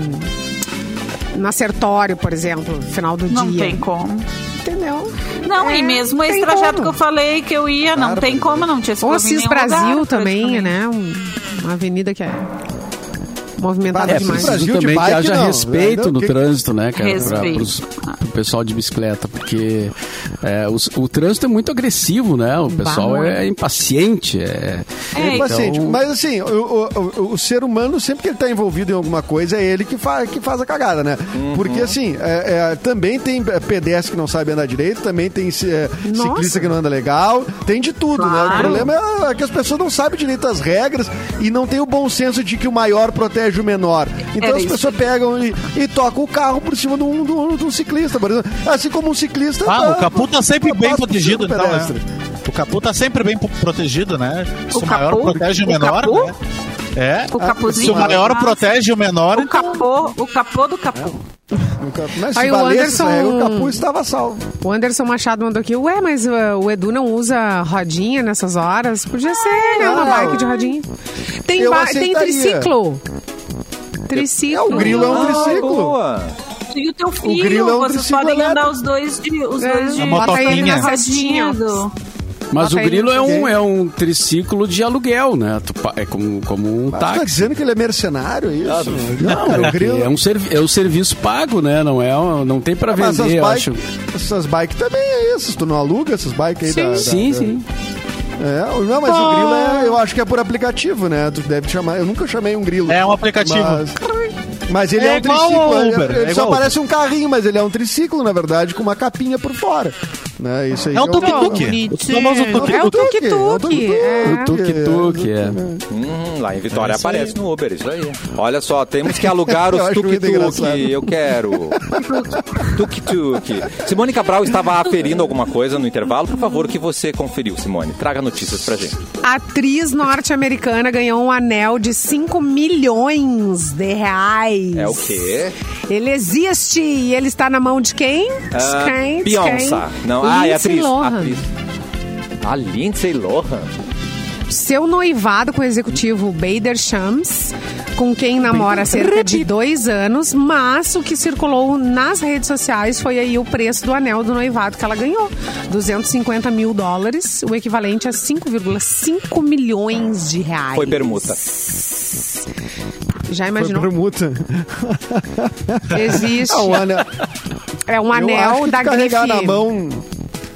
na Sertório, por exemplo, final do Não um dia. tem como. Entendeu? Não, É, e mesmo esse tem trajeto como. que eu falei que eu ia, não tem como, não tinha Ou ciclovia em Cis nenhum Brasil lugar, assim. também, praticamente. né? Um- uma avenida que é movimentada Bah, é, demais. Cis Brasil. Preciso de também bike, que haja não. É, respeito Não, no que- trânsito, né, cara? Pra, Respeito. pros, pro pessoal de bicicleta, porque é, os- o, trânsito é muito agressivo, né? O pessoal muito. é impaciente. É, É, Então- Paciente. Mas Tipo assim, o, o- o- o ser humano, sempre que ele está envolvido em alguma coisa, é ele que, fa que faz a cagada, né? Uhum. Porque assim, é- é, também tem é, pedestre que não sabe andar direito, também tem ci- é, Nossa. ciclista que não anda legal, tem de tudo, né? O Claro. problema é que as pessoas não sabem direito as regras e não tem o bom senso de que o maior protege o menor. Então Era as isso. pessoas pegam e, e tocam o carro por cima de um, de um- de um ciclista, por exemplo. Assim como um ciclista. Ah, tá- o Capu tá sempre tá- bem passa por cima protegido, do então, né? pedestre. O Capu tá sempre bem protegido, né? Se O o maior Capu? protege o O menor, Capu? né? É. O tá Se capuzinho. o maior Nossa, protege o menor, O capô, o capô do capô. Nunca- Mas se Aí o valesse, Anderson- Um né, o Capu estava salvo. O Anderson Machado mandou aqui, ué, mas uh, o Edu não usa rodinha nessas horas? Podia ser, né? Uma não. bike de rodinha. Tem, Eu ba- tem aceitaria. triciclo. Triciclo. É, o grilo é Ah, um triciclo. E o teu filho, grilo é um vocês triciclo podem andar elétrico. os dois de. Os É, dois de uma Bota ele motoquinha. nas rodinha rastinhas. do- Mas Bota o aí Tá no grilo é um, videogame. é um triciclo de aluguel, né? Tu pa- É como, como um Mas tu tá táxi. dizendo que ele é mercenário, é isso? Não, é, que é um servi- é um serviço pago, né? Não, é, um- não tem pra Ah, Mas vender, eu essas acho. bikes essas bike também é isso. Tu não aluga essas bikes aí da- da- Sim, da- sim. É, não, mas o grilo é, eu acho que é por aplicativo, né? Tu deve chamar. Eu nunca chamei um grilo. É um aplicativo. Mas, mas ele É é, um igual triciclo. ao ele- Uber, ele é igual só ao parece um carrinho, mas ele é um triciclo, na verdade, com uma capinha por fora. Né? Isso aí É um que o- um tuk-tuk. O famoso tuk-tuk. É o tuk-tuk. É É. um Tuk-tuk, é. Hum, lá em Vitória aparece no Uber, isso aí. Olha só, temos que alugar Eu os acho muito tuk-tuk. engraçado. Eu quero. Tuk-tuk. Simone Cabral estava aferindo alguma coisa no intervalo. Por favor, o que você conferiu, Simone? Traga notícias pra gente. Atriz norte-americana ganhou um anel de 5 milhões de reais. É o quê? Ele existe e ele está na mão de quem? Ah, Quem? Beyoncé. Quem? Não, ah, é Lindsay atriz. Lohan. atriz. A Lindsay Lohan. Seu noivado com o executivo Bader Shams, com quem namora há cerca de dois anos, mas o que circulou nas redes sociais foi aí o preço do anel do noivado que ela ganhou. 250 mil dólares, o equivalente a 5,5 milhões de reais. Foi permuta. Já Foi imaginou? [laughs] permuta. Existe. Ah, o anel, É um Ah, eu acho anel que da tu carregar grife. na mão.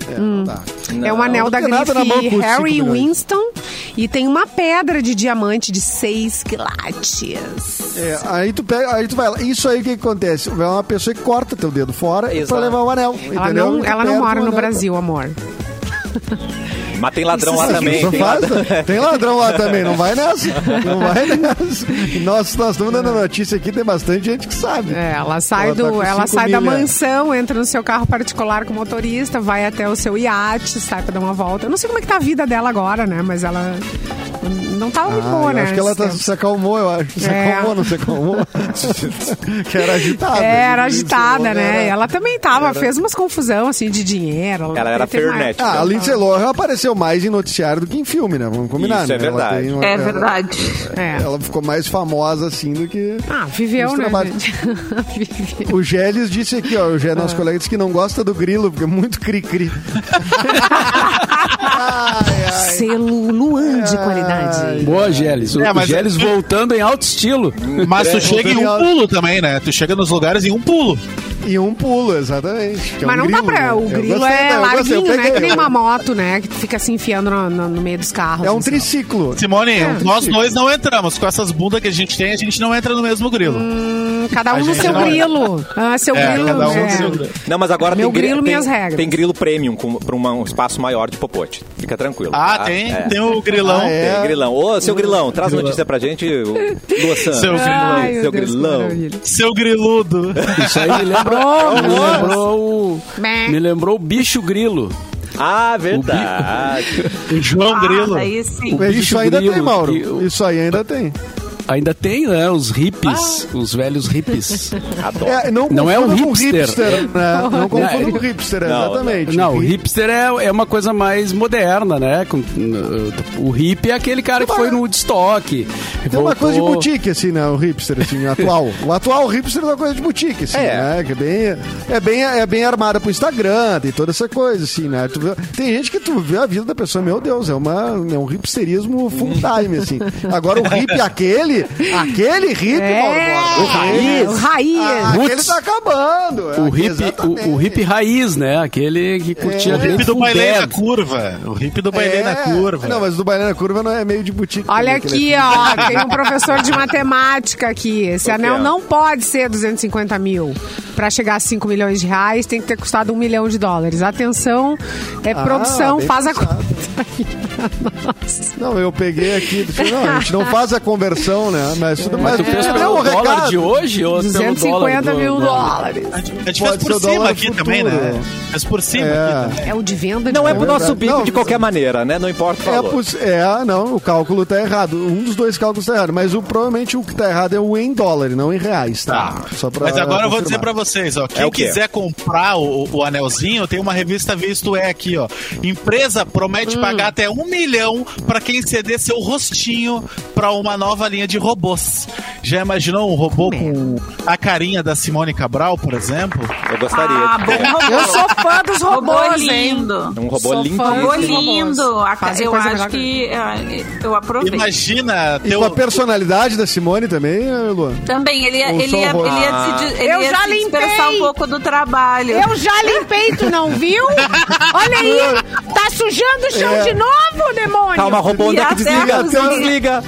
É, tá. É um anel não da tem nada na mão grife com os Harry cinco milhões. Winston e tem uma pedra de diamante de seis quilates. É, aí tu pega, aí tu vai lá. Isso aí o que que acontece? É uma pessoa que corta teu dedo fora Exato. pra levar o anel. Ela entendeu? não, Tu ela não perde mora o no anel. Brasil, amor. Mas tem ladrão lá é Isso também. não Tem faz, ladrão. [laughs] né? Tem ladrão lá também, não [laughs] vai nessa. Não vai nessa. Nós, nós estamos dando notícia aqui, tem bastante gente que sabe. É, ela sai, Ela tá do, com ela cinco sai da milha. mansão, entra no seu carro particular com o motorista, vai até o seu iate, sai pra dar uma volta. Eu não sei como é que tá a vida dela agora, né? Mas ela não tava muito Ah, boa, eu né? Acho que ela esse tá, tempo. se acalmou, eu acho. Se É. acalmou, não [laughs] se acalmou? que era agitada. É, era Isso, agitada, era- né? Ela também tava, fez umas confusão assim de dinheiro. Ela era teve uma- Fernet. Ah, a Lindsay Lohan apareceu mais em noticiário do que em filme, né? Vamos combinar, Isso é né? Ela verdade. tem uma- É ela- verdade. né? É. Ela ficou mais famosa assim do que. Ah, viveu, Nos né, trabalhos. gente? [laughs] Viveu. O Gélios disse aqui, ó. O Gé, é nosso É. colega, disse que não gosta do grilo, porque é muito [laughs] cri-cri. ai, ai. Selo Luan de qualidade. Boa, Gélis. O, É, mas- o Gélis voltando em alto estilo. Mas tu chega em Daniel- um pulo também, né? Tu chega nos lugares em um pulo. E um pulo, exatamente. que é Mas um não dá grilo, né? pra. O Eu grilo gostei, é não, eu gostei, eu larguinho, né? peguei. Que nem uma moto, né? Que fica se enfiando no, no- no meio dos carros. É um assim. triciclo. Simone, nós dois não entramos. Com essas bundas que a gente tem, a gente não entra no mesmo grilo. Cada A um no gente seu não- grilo. Ah, seu É, grilo. cada um é. no seu grilo. Não, mas agora Meu tem, gri- grilo, tem, minhas regras. tem grilo premium com- pra uma- um espaço maior de popote. Fica tranquilo. Ah, tá? tem, É. tem o grilão. Ah, é. Tem grilão. Ô, seu grilão, traz notícia pra gente, o Lua Santos. Seu grilão. Ai, meu Seu Deus, que grilão. maravilha. Seu griludo. Isso aí [laughs] me lembrou. me lembrou o. Mé. Me lembrou o bicho grilo. Ah, verdade. João Um Grilo. Ah, aí sim. Mas bicho isso ainda grilo, tem, Mauro. que o- Isso aí ainda tem. Ainda tem, né? Os hippies, Ah. os velhos [laughs] hippies. Adoro. É, não Não é um confunda com [laughs] hipster. né? Não confunda Não, é- com hipster, não, exatamente. Não, o hipster é, é uma coisa mais moderna, né? Com- o hippie é aquele cara que foi no Woodstock. Tem É uma voltou- coisa de boutique, assim, né? O hipster, assim, [laughs] o atual. O atual hipster é uma coisa de boutique, assim, É. né? Que é bem, é bem, é bem armada pro Instagram, tem toda essa coisa, assim, né? Tu vê- tem gente que tu vê a vida da pessoa, meu Deus, é, uma, é um hipsterismo full Uhum. time, assim. Agora o hippie, aquele, aquele hippie, É, Mauro, Borba, o raiz. Ah, aquele Roots. tá acabando. O hippie, Exatamente. o, o hippie raiz, né? Aquele que curtia O hip Grateful do é bailei na Dead. curva. O hip do bailei É. na curva. Não, mas o do bailei na curva não é meio de boutique. Olha também, é aquele aqui, ó, tem um professor de matemática aqui. Esse Qual que anel é? não pode ser 250 mil. Para chegar a 5 milhões de reais, tem que ter custado 1 milhão de dólares. Atenção, é produção, Ah, bem faz a pensado. conta aí pra nós. Não, eu peguei aqui. Tipo, não, a gente não faz a conversão, né? Mas tudo mais. Tu pensa é, pelo não, o dólar recado. de hoje ou pelo dólar então. 250 do- mil do- dólares. A gente a gente fez Pode ser o por dólar cima aqui futuro. também, né? Fez por cima aqui também. É o de venda de Não é pro compra. nosso verdade. bico Não, de qualquer maneira, né? Não importa o É, valor. poss- é, não, o cálculo tá errado. Um dos dois cálculos tá errado. Mas o, provavelmente o que tá errado é o em dólar, e não em reais, tá? Só pra Mas agora eu vou confirmar. É dizer pra vocês, ó. Quem o quê? quiser comprar o, o anelzinho, tem uma revista Visto É aqui, ó. Empresa promete pagar até um milhão pra quem ceder seu rostinho pra uma nova linha de robôs. Já imaginou um robô com a carinha da Simone Cabral, por exemplo? Eu gostaria. Ah, de bom ter. robô. Eu sou fã dos Robô robôs, hein? lindo. É um robô Sou lindo. fã. Robô Esses lindo. robôs A- fazem Eu coisa acho melhor que é, eu aprovei. Imagina um E teu. com a personalidade da Simone também, né, Luan? Também, ele ia, Ou ele só ia, robô. ele ia se, de- ele Ah. Eu ia já se limpei. dispersar um pouco do trabalho. Eu já limpei, tu não viu? Olha aí, tá sujando o chão É. de novo, demônio! Calma, robô, onde é que E até desliga? a cozinha. Desliga.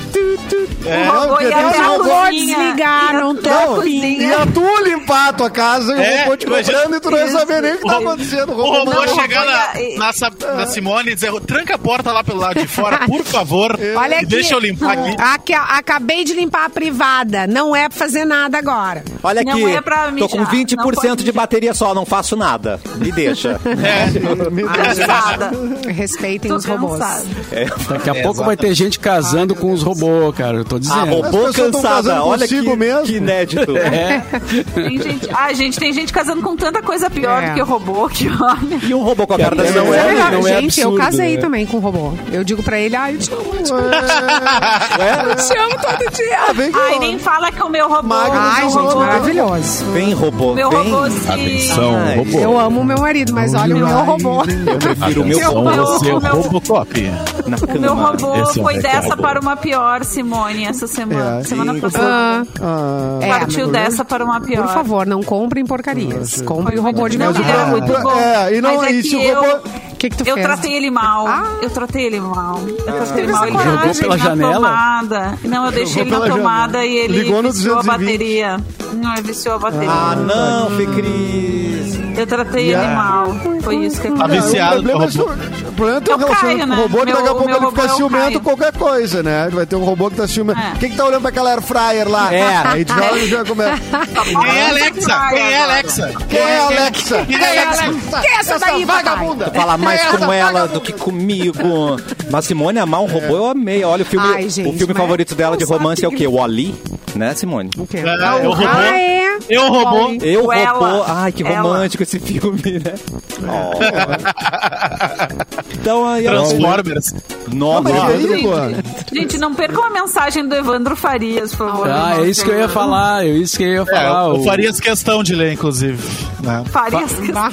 O É. robô porque ia tem até os a robôs cozinha. desligar, Ia não até tem a fim. E cozinha. a tu limpar a tua casa e o É, robô te imagina- cobrando e tu não ia saber nem o que tá O- acontecendo. O é robô Não, chegar o robô ia- na, na, Sa- na Simone e dizer: tranca a porta lá pelo lado de fora, por favor. Olha e aqui. deixa eu limpar aqui. Aqui, ó, acabei de limpar a privada. Não é pra fazer nada agora. Olha Não aqui, é pra tô mijar, com não pode 20% de mijar. bateria só, não faço nada. Me [laughs] deixa. Cansada. Respeitem Tô os robôs. cansada. Daqui a pouco vai ter gente casando com os robôs, cara. Eu tô Ah, A dizendo. É, robô As pessoas tão cansada, casando olha que, consigo mesmo. que inédito. É, Tem gente, ah, gente, tem gente casando com tanta coisa pior É. do que robô, que [laughs] olha. [laughs] E um robô com a cara da É, não Mas é. melhor, não é gente, eu absurdo, casei né? também com robô. Eu digo pra ele, ah, eu te amo, eu te amo, eu te amo todo dia. Vem cá, Ai, nem fala que é o meu robô. Magro, o Ai, meu gente, robô- maravilhoso. Vem robô, Meu vem. robô se... Atenção, Ai, robô. Eu amo o meu marido, mas olha o meu robô. Eu prefiro o meu é Atenção, robô. robô. você, Meu- Robocop. na O meu cama. robô Esse é um foi recado. dessa para uma pior, Simone, essa semana. É, semana e- passada. Ah, Ah, É, partiu mas- dessa para uma pior. por favor, não comprem porcarias. Comprem o robô um de Não, Mas o ele verdade. era pro- muito pro- bom. é, e não- mas é e que se o eu, robô- O que, que tu eu fez? tratei ele mal. Ah. Eu tratei ele mal. Eu tratei ele Teve mal. essa Ele coragem. deixei Jogou ele pela na janela? tomada. Não, eu deixei ele na pela tomada janela. e ele Ligou no viciou a 220. bateria. Não, ele viciou a bateria. Ah, não, Fê Cris. Eu tratei ele mal. Foi isso que Tá aconteceu. viciado o problema é no se o- robô. o problema é ter um É o relacionamento Caio, com o né? robô que Meu- daqui a o pouco meu ele robô fica é o ciumento Caio. com qualquer coisa, né? Vai ter um robô que tá ciumento. É. Quem que tá olhando pra aquela air fryer lá? É. Aí de hora ele já começa. Quem é Alexa? Quem é Alexa? Quem é a Alexa? Quem é Alexa? Quem é essa daí, papai? vagabunda? Falar mais Essa com ela vagabunda. do que comigo. Mas Simone amar um robô, eu amei. Olha, o filme, Ai, gente, o filme mas- favorito dela de Não sabe romance é o quê? O Ali, né, Simone? O quê? Ah, eu roubou. Ah, é? Eu roubou. Eu Ou robô. ela. Ai, que Ela. romântico esse filme, né? Oh. então aí ó, Transformers. Nova. Mas e aí, Luan? Gente, gente, não percam a mensagem do Evandro Farias, por favor. Ah, é isso que eu ia falar, é isso que eu ia É, falar. eu o- faria essa questão de ler, inclusive. né? Farias. Bah.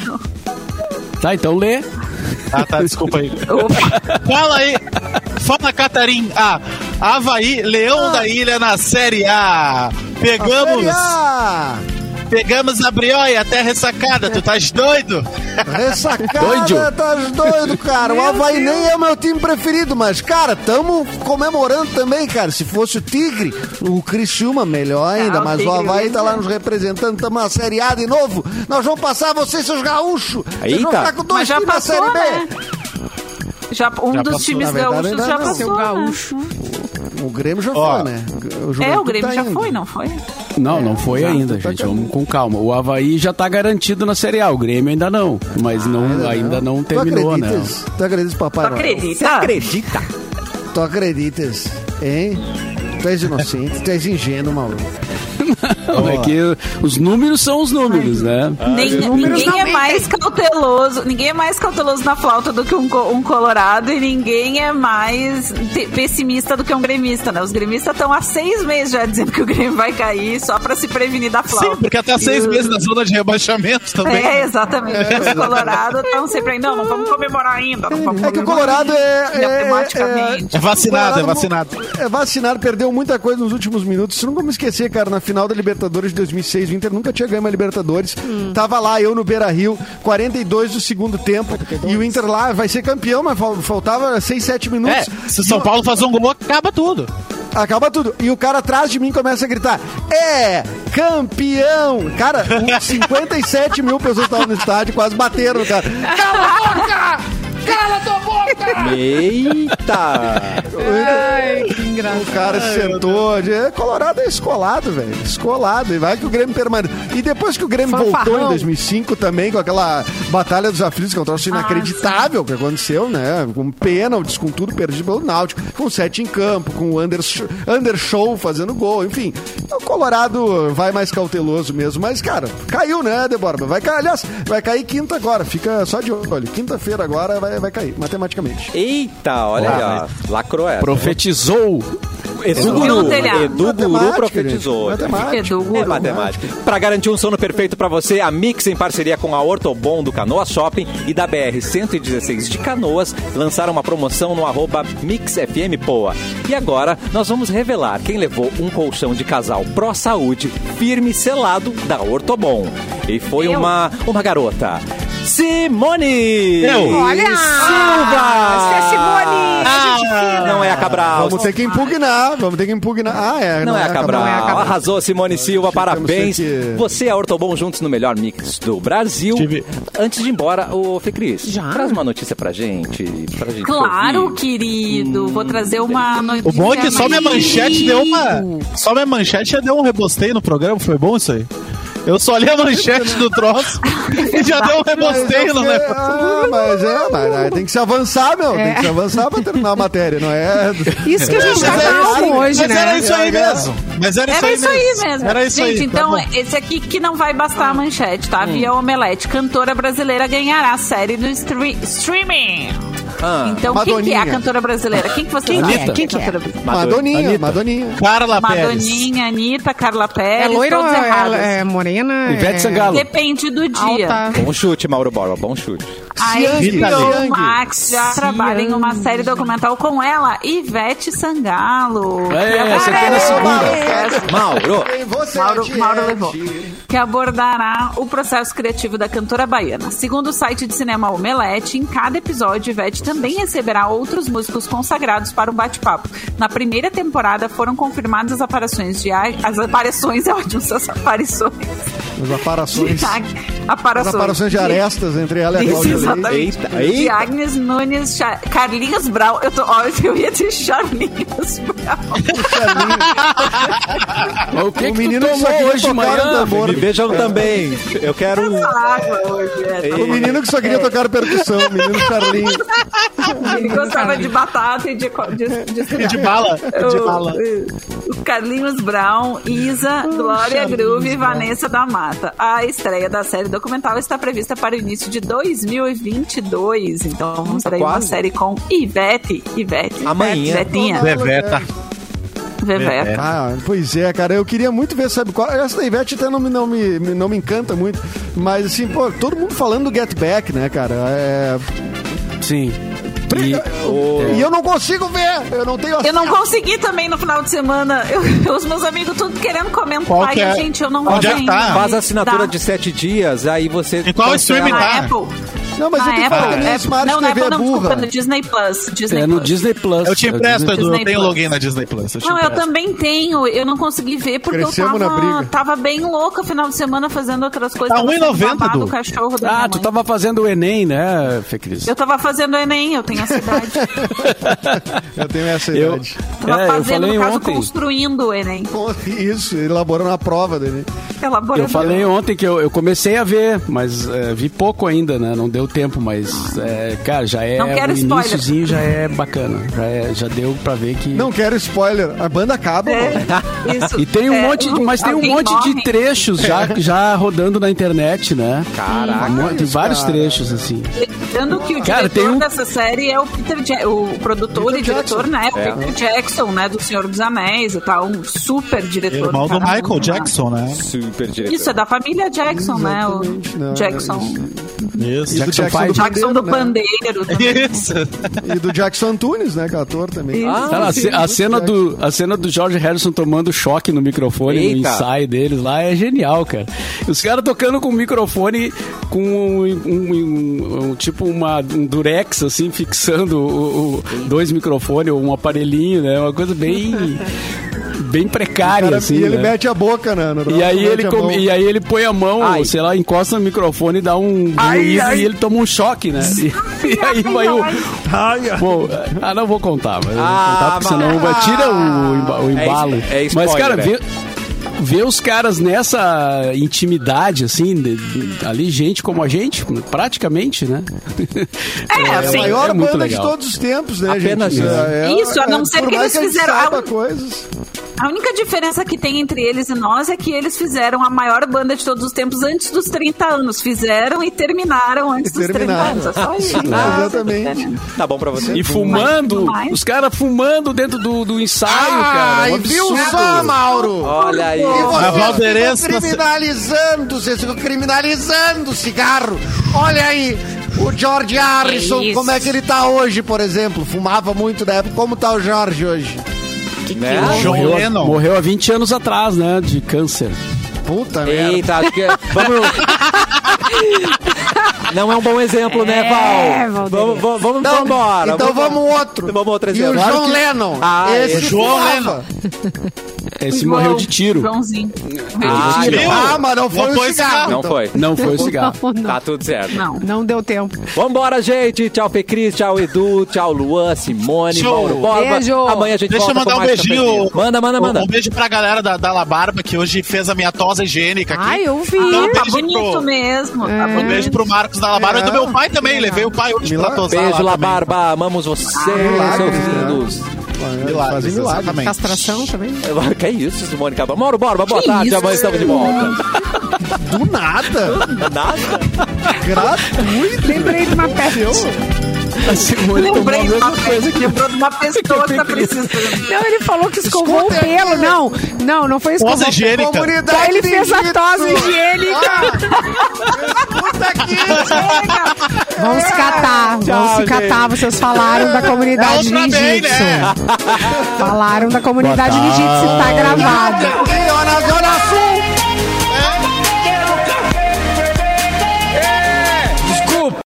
Tá, então lê. Ah, tá, desculpa aí. Opa, Fala aí. Fala, Catarim. Ah, Havaí, Leão da Ilha na Série A. Pegamos, Ah, pegamos a brioia até ressacada. Tu tá doido? Ressacada, Doido. tá doido, cara. O Havaí nem é o meu time preferido, mas, cara, tamo comemorando também, cara. Se fosse o Tigre, o Criciúma, melhor ainda. Ah, o mas o Tigre, Havaí tá né? lá nos representando, tamo na Série A de novo. Nós vamos passar vocês, seus gaúchos. Vocês Eita. vão ficar com dois mas já times passou, na Série né? B. Já, um Já dos passou. times Na verdade, gaúchos ainda já não. passou. Seu né? gaúcho. O Grêmio já Ó. foi, né? É, o Juventude Grêmio tá já indo. foi, não foi? Não, não foi exato, ainda, tá gente. com- Vamos com calma. O Havaí já tá garantido na Série A, o Grêmio ainda não. Mas não, ainda, não, Tu terminou, né? acreditas? Tu acreditas, papai? Tu Noel? Você acredita? acredita? Tu acreditas, hein? Tu és inocente, tu és ingênuo, maluco. Não, é que os números são os números, né? Nem- números ninguém não é mentem. mais cauteloso, ninguém é mais cauteloso na flauta do que um, co- um colorado e ninguém é mais te- pessimista do que um gremista, né? Os gremistas estão há seis meses já dizendo que o Grêmio vai cair só pra se prevenir da flauta. Sim, porque tá E seis os- meses na zona de rebaixamento também. É, exatamente. Os colorados estão sempre aí, não, não vamos comemorar ainda. Não vamos É que o comemorar Colorado é- ainda, é- Matematicamente. É vacinado, é Colorado vacinado. mu- É vacinado, perdeu muita coisa nos últimos minutos. Isso nunca me esquecer, cara. Na final da Libertadores de 2006, o Inter nunca tinha ganho uma Libertadores. Tava lá, eu no Beira Rio, 42 do segundo tempo. E o Inter lá vai ser campeão, mas fal- faltava 6, 7 É, minutos. se São Paulo fazer um gol, acaba tudo. Acaba tudo. E o cara atrás de mim começa a gritar: É campeão! Cara, 57 mil pessoas estavam no estádio, quase bateram, cara. Eita! Ai, que engraçado. [laughs] O cara sentou. É, Colorado é escolado, velho. Escolado. E vai que o Grêmio permanece. E depois que o Grêmio voltou em Fanfarrão. 2005 também, com aquela Batalha dos Aflitos, que é um troço Ah, inacreditável que aconteceu, né? Com pênaltis, com tudo perdido pelo Náutico, com sete em campo, com o Under, Under Show fazendo gol, enfim. Então, o Colorado vai mais cauteloso mesmo. Mas, cara, caiu, né, Débora? Vai cair, aliás, vai cair quinta agora. Fica só de olho. Quinta-feira agora vai, vai cair, matematicamente. Eita, olha aí, ó. Lacrou essa. Profetizou. Edu Subiu Guru, no um telhado. Edu Guru Matemática, profetizou. gente. Matemática. Edu Guru. É matemática. né? Para garantir um sono perfeito para você, a Mix, em parceria com a Ortobon do Canoa Shopping e da BR-116 de Canoas, lançaram uma promoção no arroba MixFMPoa. E agora, nós vamos revelar quem levou um colchão de casal Pro Saúde firme e selado da Ortobon. E foi Eu? uma, uma garota. Simone! Eu? Olha! Silva! Isso é Simone, Ah, gente fina. Não é a Cabral. Vamos ter que impugnar, vamos ter que impugnar. Ah, é. Não, é a Cabral. Cabral. Arrasou, Simone Silva, parabéns. temos que- Você e a Ortobon juntos no melhor mix do Brasil. Tive- Antes de ir embora, ô Fê Cris, Já? traz uma notícia pra gente. Pra gente Claro, ouvir. querido. Vou trazer uma notícia. O bom é que só minha mais- manchete deu uma. Só minha manchete já deu um rebosteio no programa, foi bom isso aí? Eu só li a manchete do troço e já deu um rebosteio no Mas, negócio. ah, mas é, mas aí tem que se avançar, meu. Tem É. que se avançar pra terminar a matéria, não [laughs] é? Isso que a gente Mas tá era isso- calmo hoje, mas era né? isso aí mesmo. Mas era, Era isso aí mesmo. Era isso Gente, aí. tá então, bom. esse aqui que não vai bastar a manchete, tá? Via Omelete. Cantora brasileira ganhará a série no stre- streaming. Ah, Então, quem que é Madoninha. a cantora brasileira? Quem que você Quem sabe? que é? Quem que é? Cantora brasileira? Madoninha, Anitta. Madoninha. Carla Pérez. Madoninha, Anitta, Carla É Pérez, loira ou todos é, errados. é morena? Ivete é... Sangalo. Depende do dia. Alta. Bom chute, Mauro Borba, bom chute. A Siang, HBO Siang. Max já trabalha em uma série documental com ela, Ivete Sangalo. É, Que essa aqui era a segunda. Mauro, Em você, Mauro, Tia. Mauro levou. Que abordará o processo criativo da cantora baiana. Segundo o site de cinema Omelete, em cada episódio, Ivete também receberá outros músicos consagrados para um bate-papo. Na primeira temporada foram confirmadas as aparições de A- as aparições, [laughs] é ótimo, as aparições. As aparações. de As A- aparações. aparações de arestas entre ela e Tá, Isso, a Cláudia Leite. exatamente. Eita, eita. De Agnes Nunes, Cha- Carlinhos Brau. Eu, tô, ó, eu ia dizer Charlinhos Brau. O que, O que tu menino só tomou queria hoje de tocar no manhã? tambor. me beijam também. Eu quero. um- Essa água hoje, é. O menino que só queria tocar percussão, o menino Charlinho. Ele gostava de batata e de, co- de, de, E de bala. De bala. eh, O, o Carlinhos Brown, Isa, Glória Groove e Vanessa da Mata. A estreia da série documental está prevista para o início de 2022. Então vamos ter aí uma quase. série com Ivete, Ivete, Amanhã. Ivetinha, Veveta. Veveta. Ah, pois é, cara. Eu queria muito ver, sabe qual? Essa da Ivete até não me, não me, não me encanta muito. Mas, assim, pô, todo mundo falando do Get Back, né, cara? É... Sim. E- E eu não consigo ver! Eu não tenho Eu não consegui também no final de semana. Eu- [laughs] os meus amigos tudo querendo comentar. Qual que e, é? gente, eu não Onde vou é que ainda. tá? Faz a assinatura Dá. de sete dias, aí você. Em qual cancela. streaming Na tá? Apple. Não, mas na eu tô falando Apple. minha É- Smart não, na TV Apple não, burra. desculpa, no Disney Plus. Disney É no Plus. Disney Plus. Eu te É o empresto, Disney- Edu. Disney Eu tenho Plus. login na Disney Plus. Eu te Não, eu empresto. também tenho. Eu não consegui ver porque Crescemos eu na briga. tava, tava bem louca final de semana fazendo outras coisas. Tá tava 1,90, babado Du. o cachorro da Ah, minha tu mãe. tava fazendo o Enem, né, Fê Cris? Eu tava fazendo Enem, eu tenho a [laughs] cidade. Eu tenho essa Eu, idade. Tava é, eu fazendo, falei no caso, ontem. construindo o Enem. Pô, Isso, elaborando a prova dele. Elaborando. Eu falei ontem que eu, eu comecei a ver, mas é, vi pouco ainda, né? Não deu tempo, mas, é, cara, já é. Não quero o spoiler. iniciozinho já é bacana. Já, é- já deu pra ver que. Não quero spoiler. A banda acaba, É, [laughs] mano. isso. E tem um É, monte, de- mas tem um alguém monte morre. de trechos já, É. já rodando na internet, né? Caraca. Tem vários cara. trechos, assim. Lembrando que o Cara, tem diretor um- dessa série é o Peter ja o produtor Peter e diretor, Jackson. né? É. O Peter Jackson, né? Do Senhor dos Anéis e tal. Um super diretor. Irmão do cara, Michael muito massa. Jackson, né? Super diretor. Isso, é da família Jackson, né? Exatamente, O não, Jackson. Isso. Jackson Five. do Jackson do Pandeiro, Pandeiro. né? também. [laughs] Isso. E do Jackson Antunes, né? Que é ator também. Isso. Cara, Tá a, ce- a cena do, a cena do George Harrison tomando choque no microfone, no Eita. ensaio deles lá, é genial, cara. Os caras tocando com o microfone com um, um- um- um- tipo uma, um durex, assim, fixando o, o- dois microfones ou um aparelhinho, né? Uma coisa bem, bem precária, Cara, assim, e ele né? mete a boca, né? no- E aí, mete ele a come- mão. e aí ele põe a mão, Ai. sei lá, encosta no microfone, dá um ruído e ele toma um choque, né? [laughs] E, e aí vai o. Bom, ah, não vou contar, mas eu vou Ah, contar, porque mas- senão vai- tira o, emba- o É embalo. es- é mas, spoiler, cara, é. vê, vê os caras nessa intimidade, assim, de- de- ali, gente como a gente, praticamente, [laughs] né? É, É a assim, maior é muito banda de legal. todos os tempos, né, Apenas gente? isso. Isso, a não ser por que mais eles a gente fizeram saiba algo- coisas. A única diferença que tem entre eles e nós é que eles fizeram a maior banda de todos os tempos antes dos 30 anos. Fizeram e terminaram antes E terminaram. dos 30 anos. É [laughs] só isso. Sim, Ah, exatamente. Tá bom pra você? E fumando, Mas- os caras fumando dentro do, do ensaio, é cara. Um absurdo. Mauro? Olha aí. A Valderez- ficam criminalizando, vocês ficam criminalizando o cigarro. Olha aí, o George Harrison, Que isso. como é que ele tá hoje, por exemplo? Fumava muito na época. Como tá o George hoje? Né? John Morreu, Lennon. morreu há 20 anos atrás, né? De câncer. Puta merda. Eita, acho que. é- Vamos. [laughs] Não é um bom exemplo, né, É, Val? Valdir. Vamos, vamos, vamos embora. então vamos outro. Vamos outro E o exemplo. John Lennon. Ah, esse é. João fumava. Lennon. Esse João, morreu de tiro. Joãozinho. Ah, Morreu de tiro. Ah, mas não Não foi o foi cigarro. cigarro. Não então. foi. Não foi o cigarro. [laughs] Não, não. Tá tudo certo. Não. Não deu tempo. Vambora, gente. Tchau, Pecris. Tchau, Edu. Tchau, Luan, Simone, Show. Mauro Borba. Beijo. Amanhã a gente Deixa eu volta mandar com um mais beijinho. cafezinho. Manda, manda, manda. Um, um beijo pra galera da, da La Barba, que hoje fez a minha tosa higiênica aqui. Ai, eu Ah, vi. Então, tá beijo bonito pro- mesmo. Tá Um beijo pro Marcos da La Barba É. e do meu pai também. Levei o pai hoje pra Milagre. tosar Beijo, lá La também. Barba. Amamos vocês, Ah, Milagres, seus né? lindos. Milagres, Fazem milagre. exatamente. Castração também. [laughs] Que isso, Mônica? Mauro Borba, boa tarde. isso? Amanhã estamos de volta. Do nada. Nada. Gratuito. Lembrei de uma peça. A Simone tomou a Lembrei de mesma uma, coisa que lembrou de uma pessoa que tá precisando. Não, ele falou que escovou Escuta o pelo. aqui. Não, não, não foi escovou. Tosa higiênica. Daí ele fez a tosse higiênica. higiênica. Ah, escuta aqui. Chega! Vão se catar, vão Tchau, se catar. Vocês falaram da comunidade Outra bem, ninjitsu. né? Ah, Falaram da comunidade ninjitsu, tá gravado. Aqui, ó, na Zona Sul!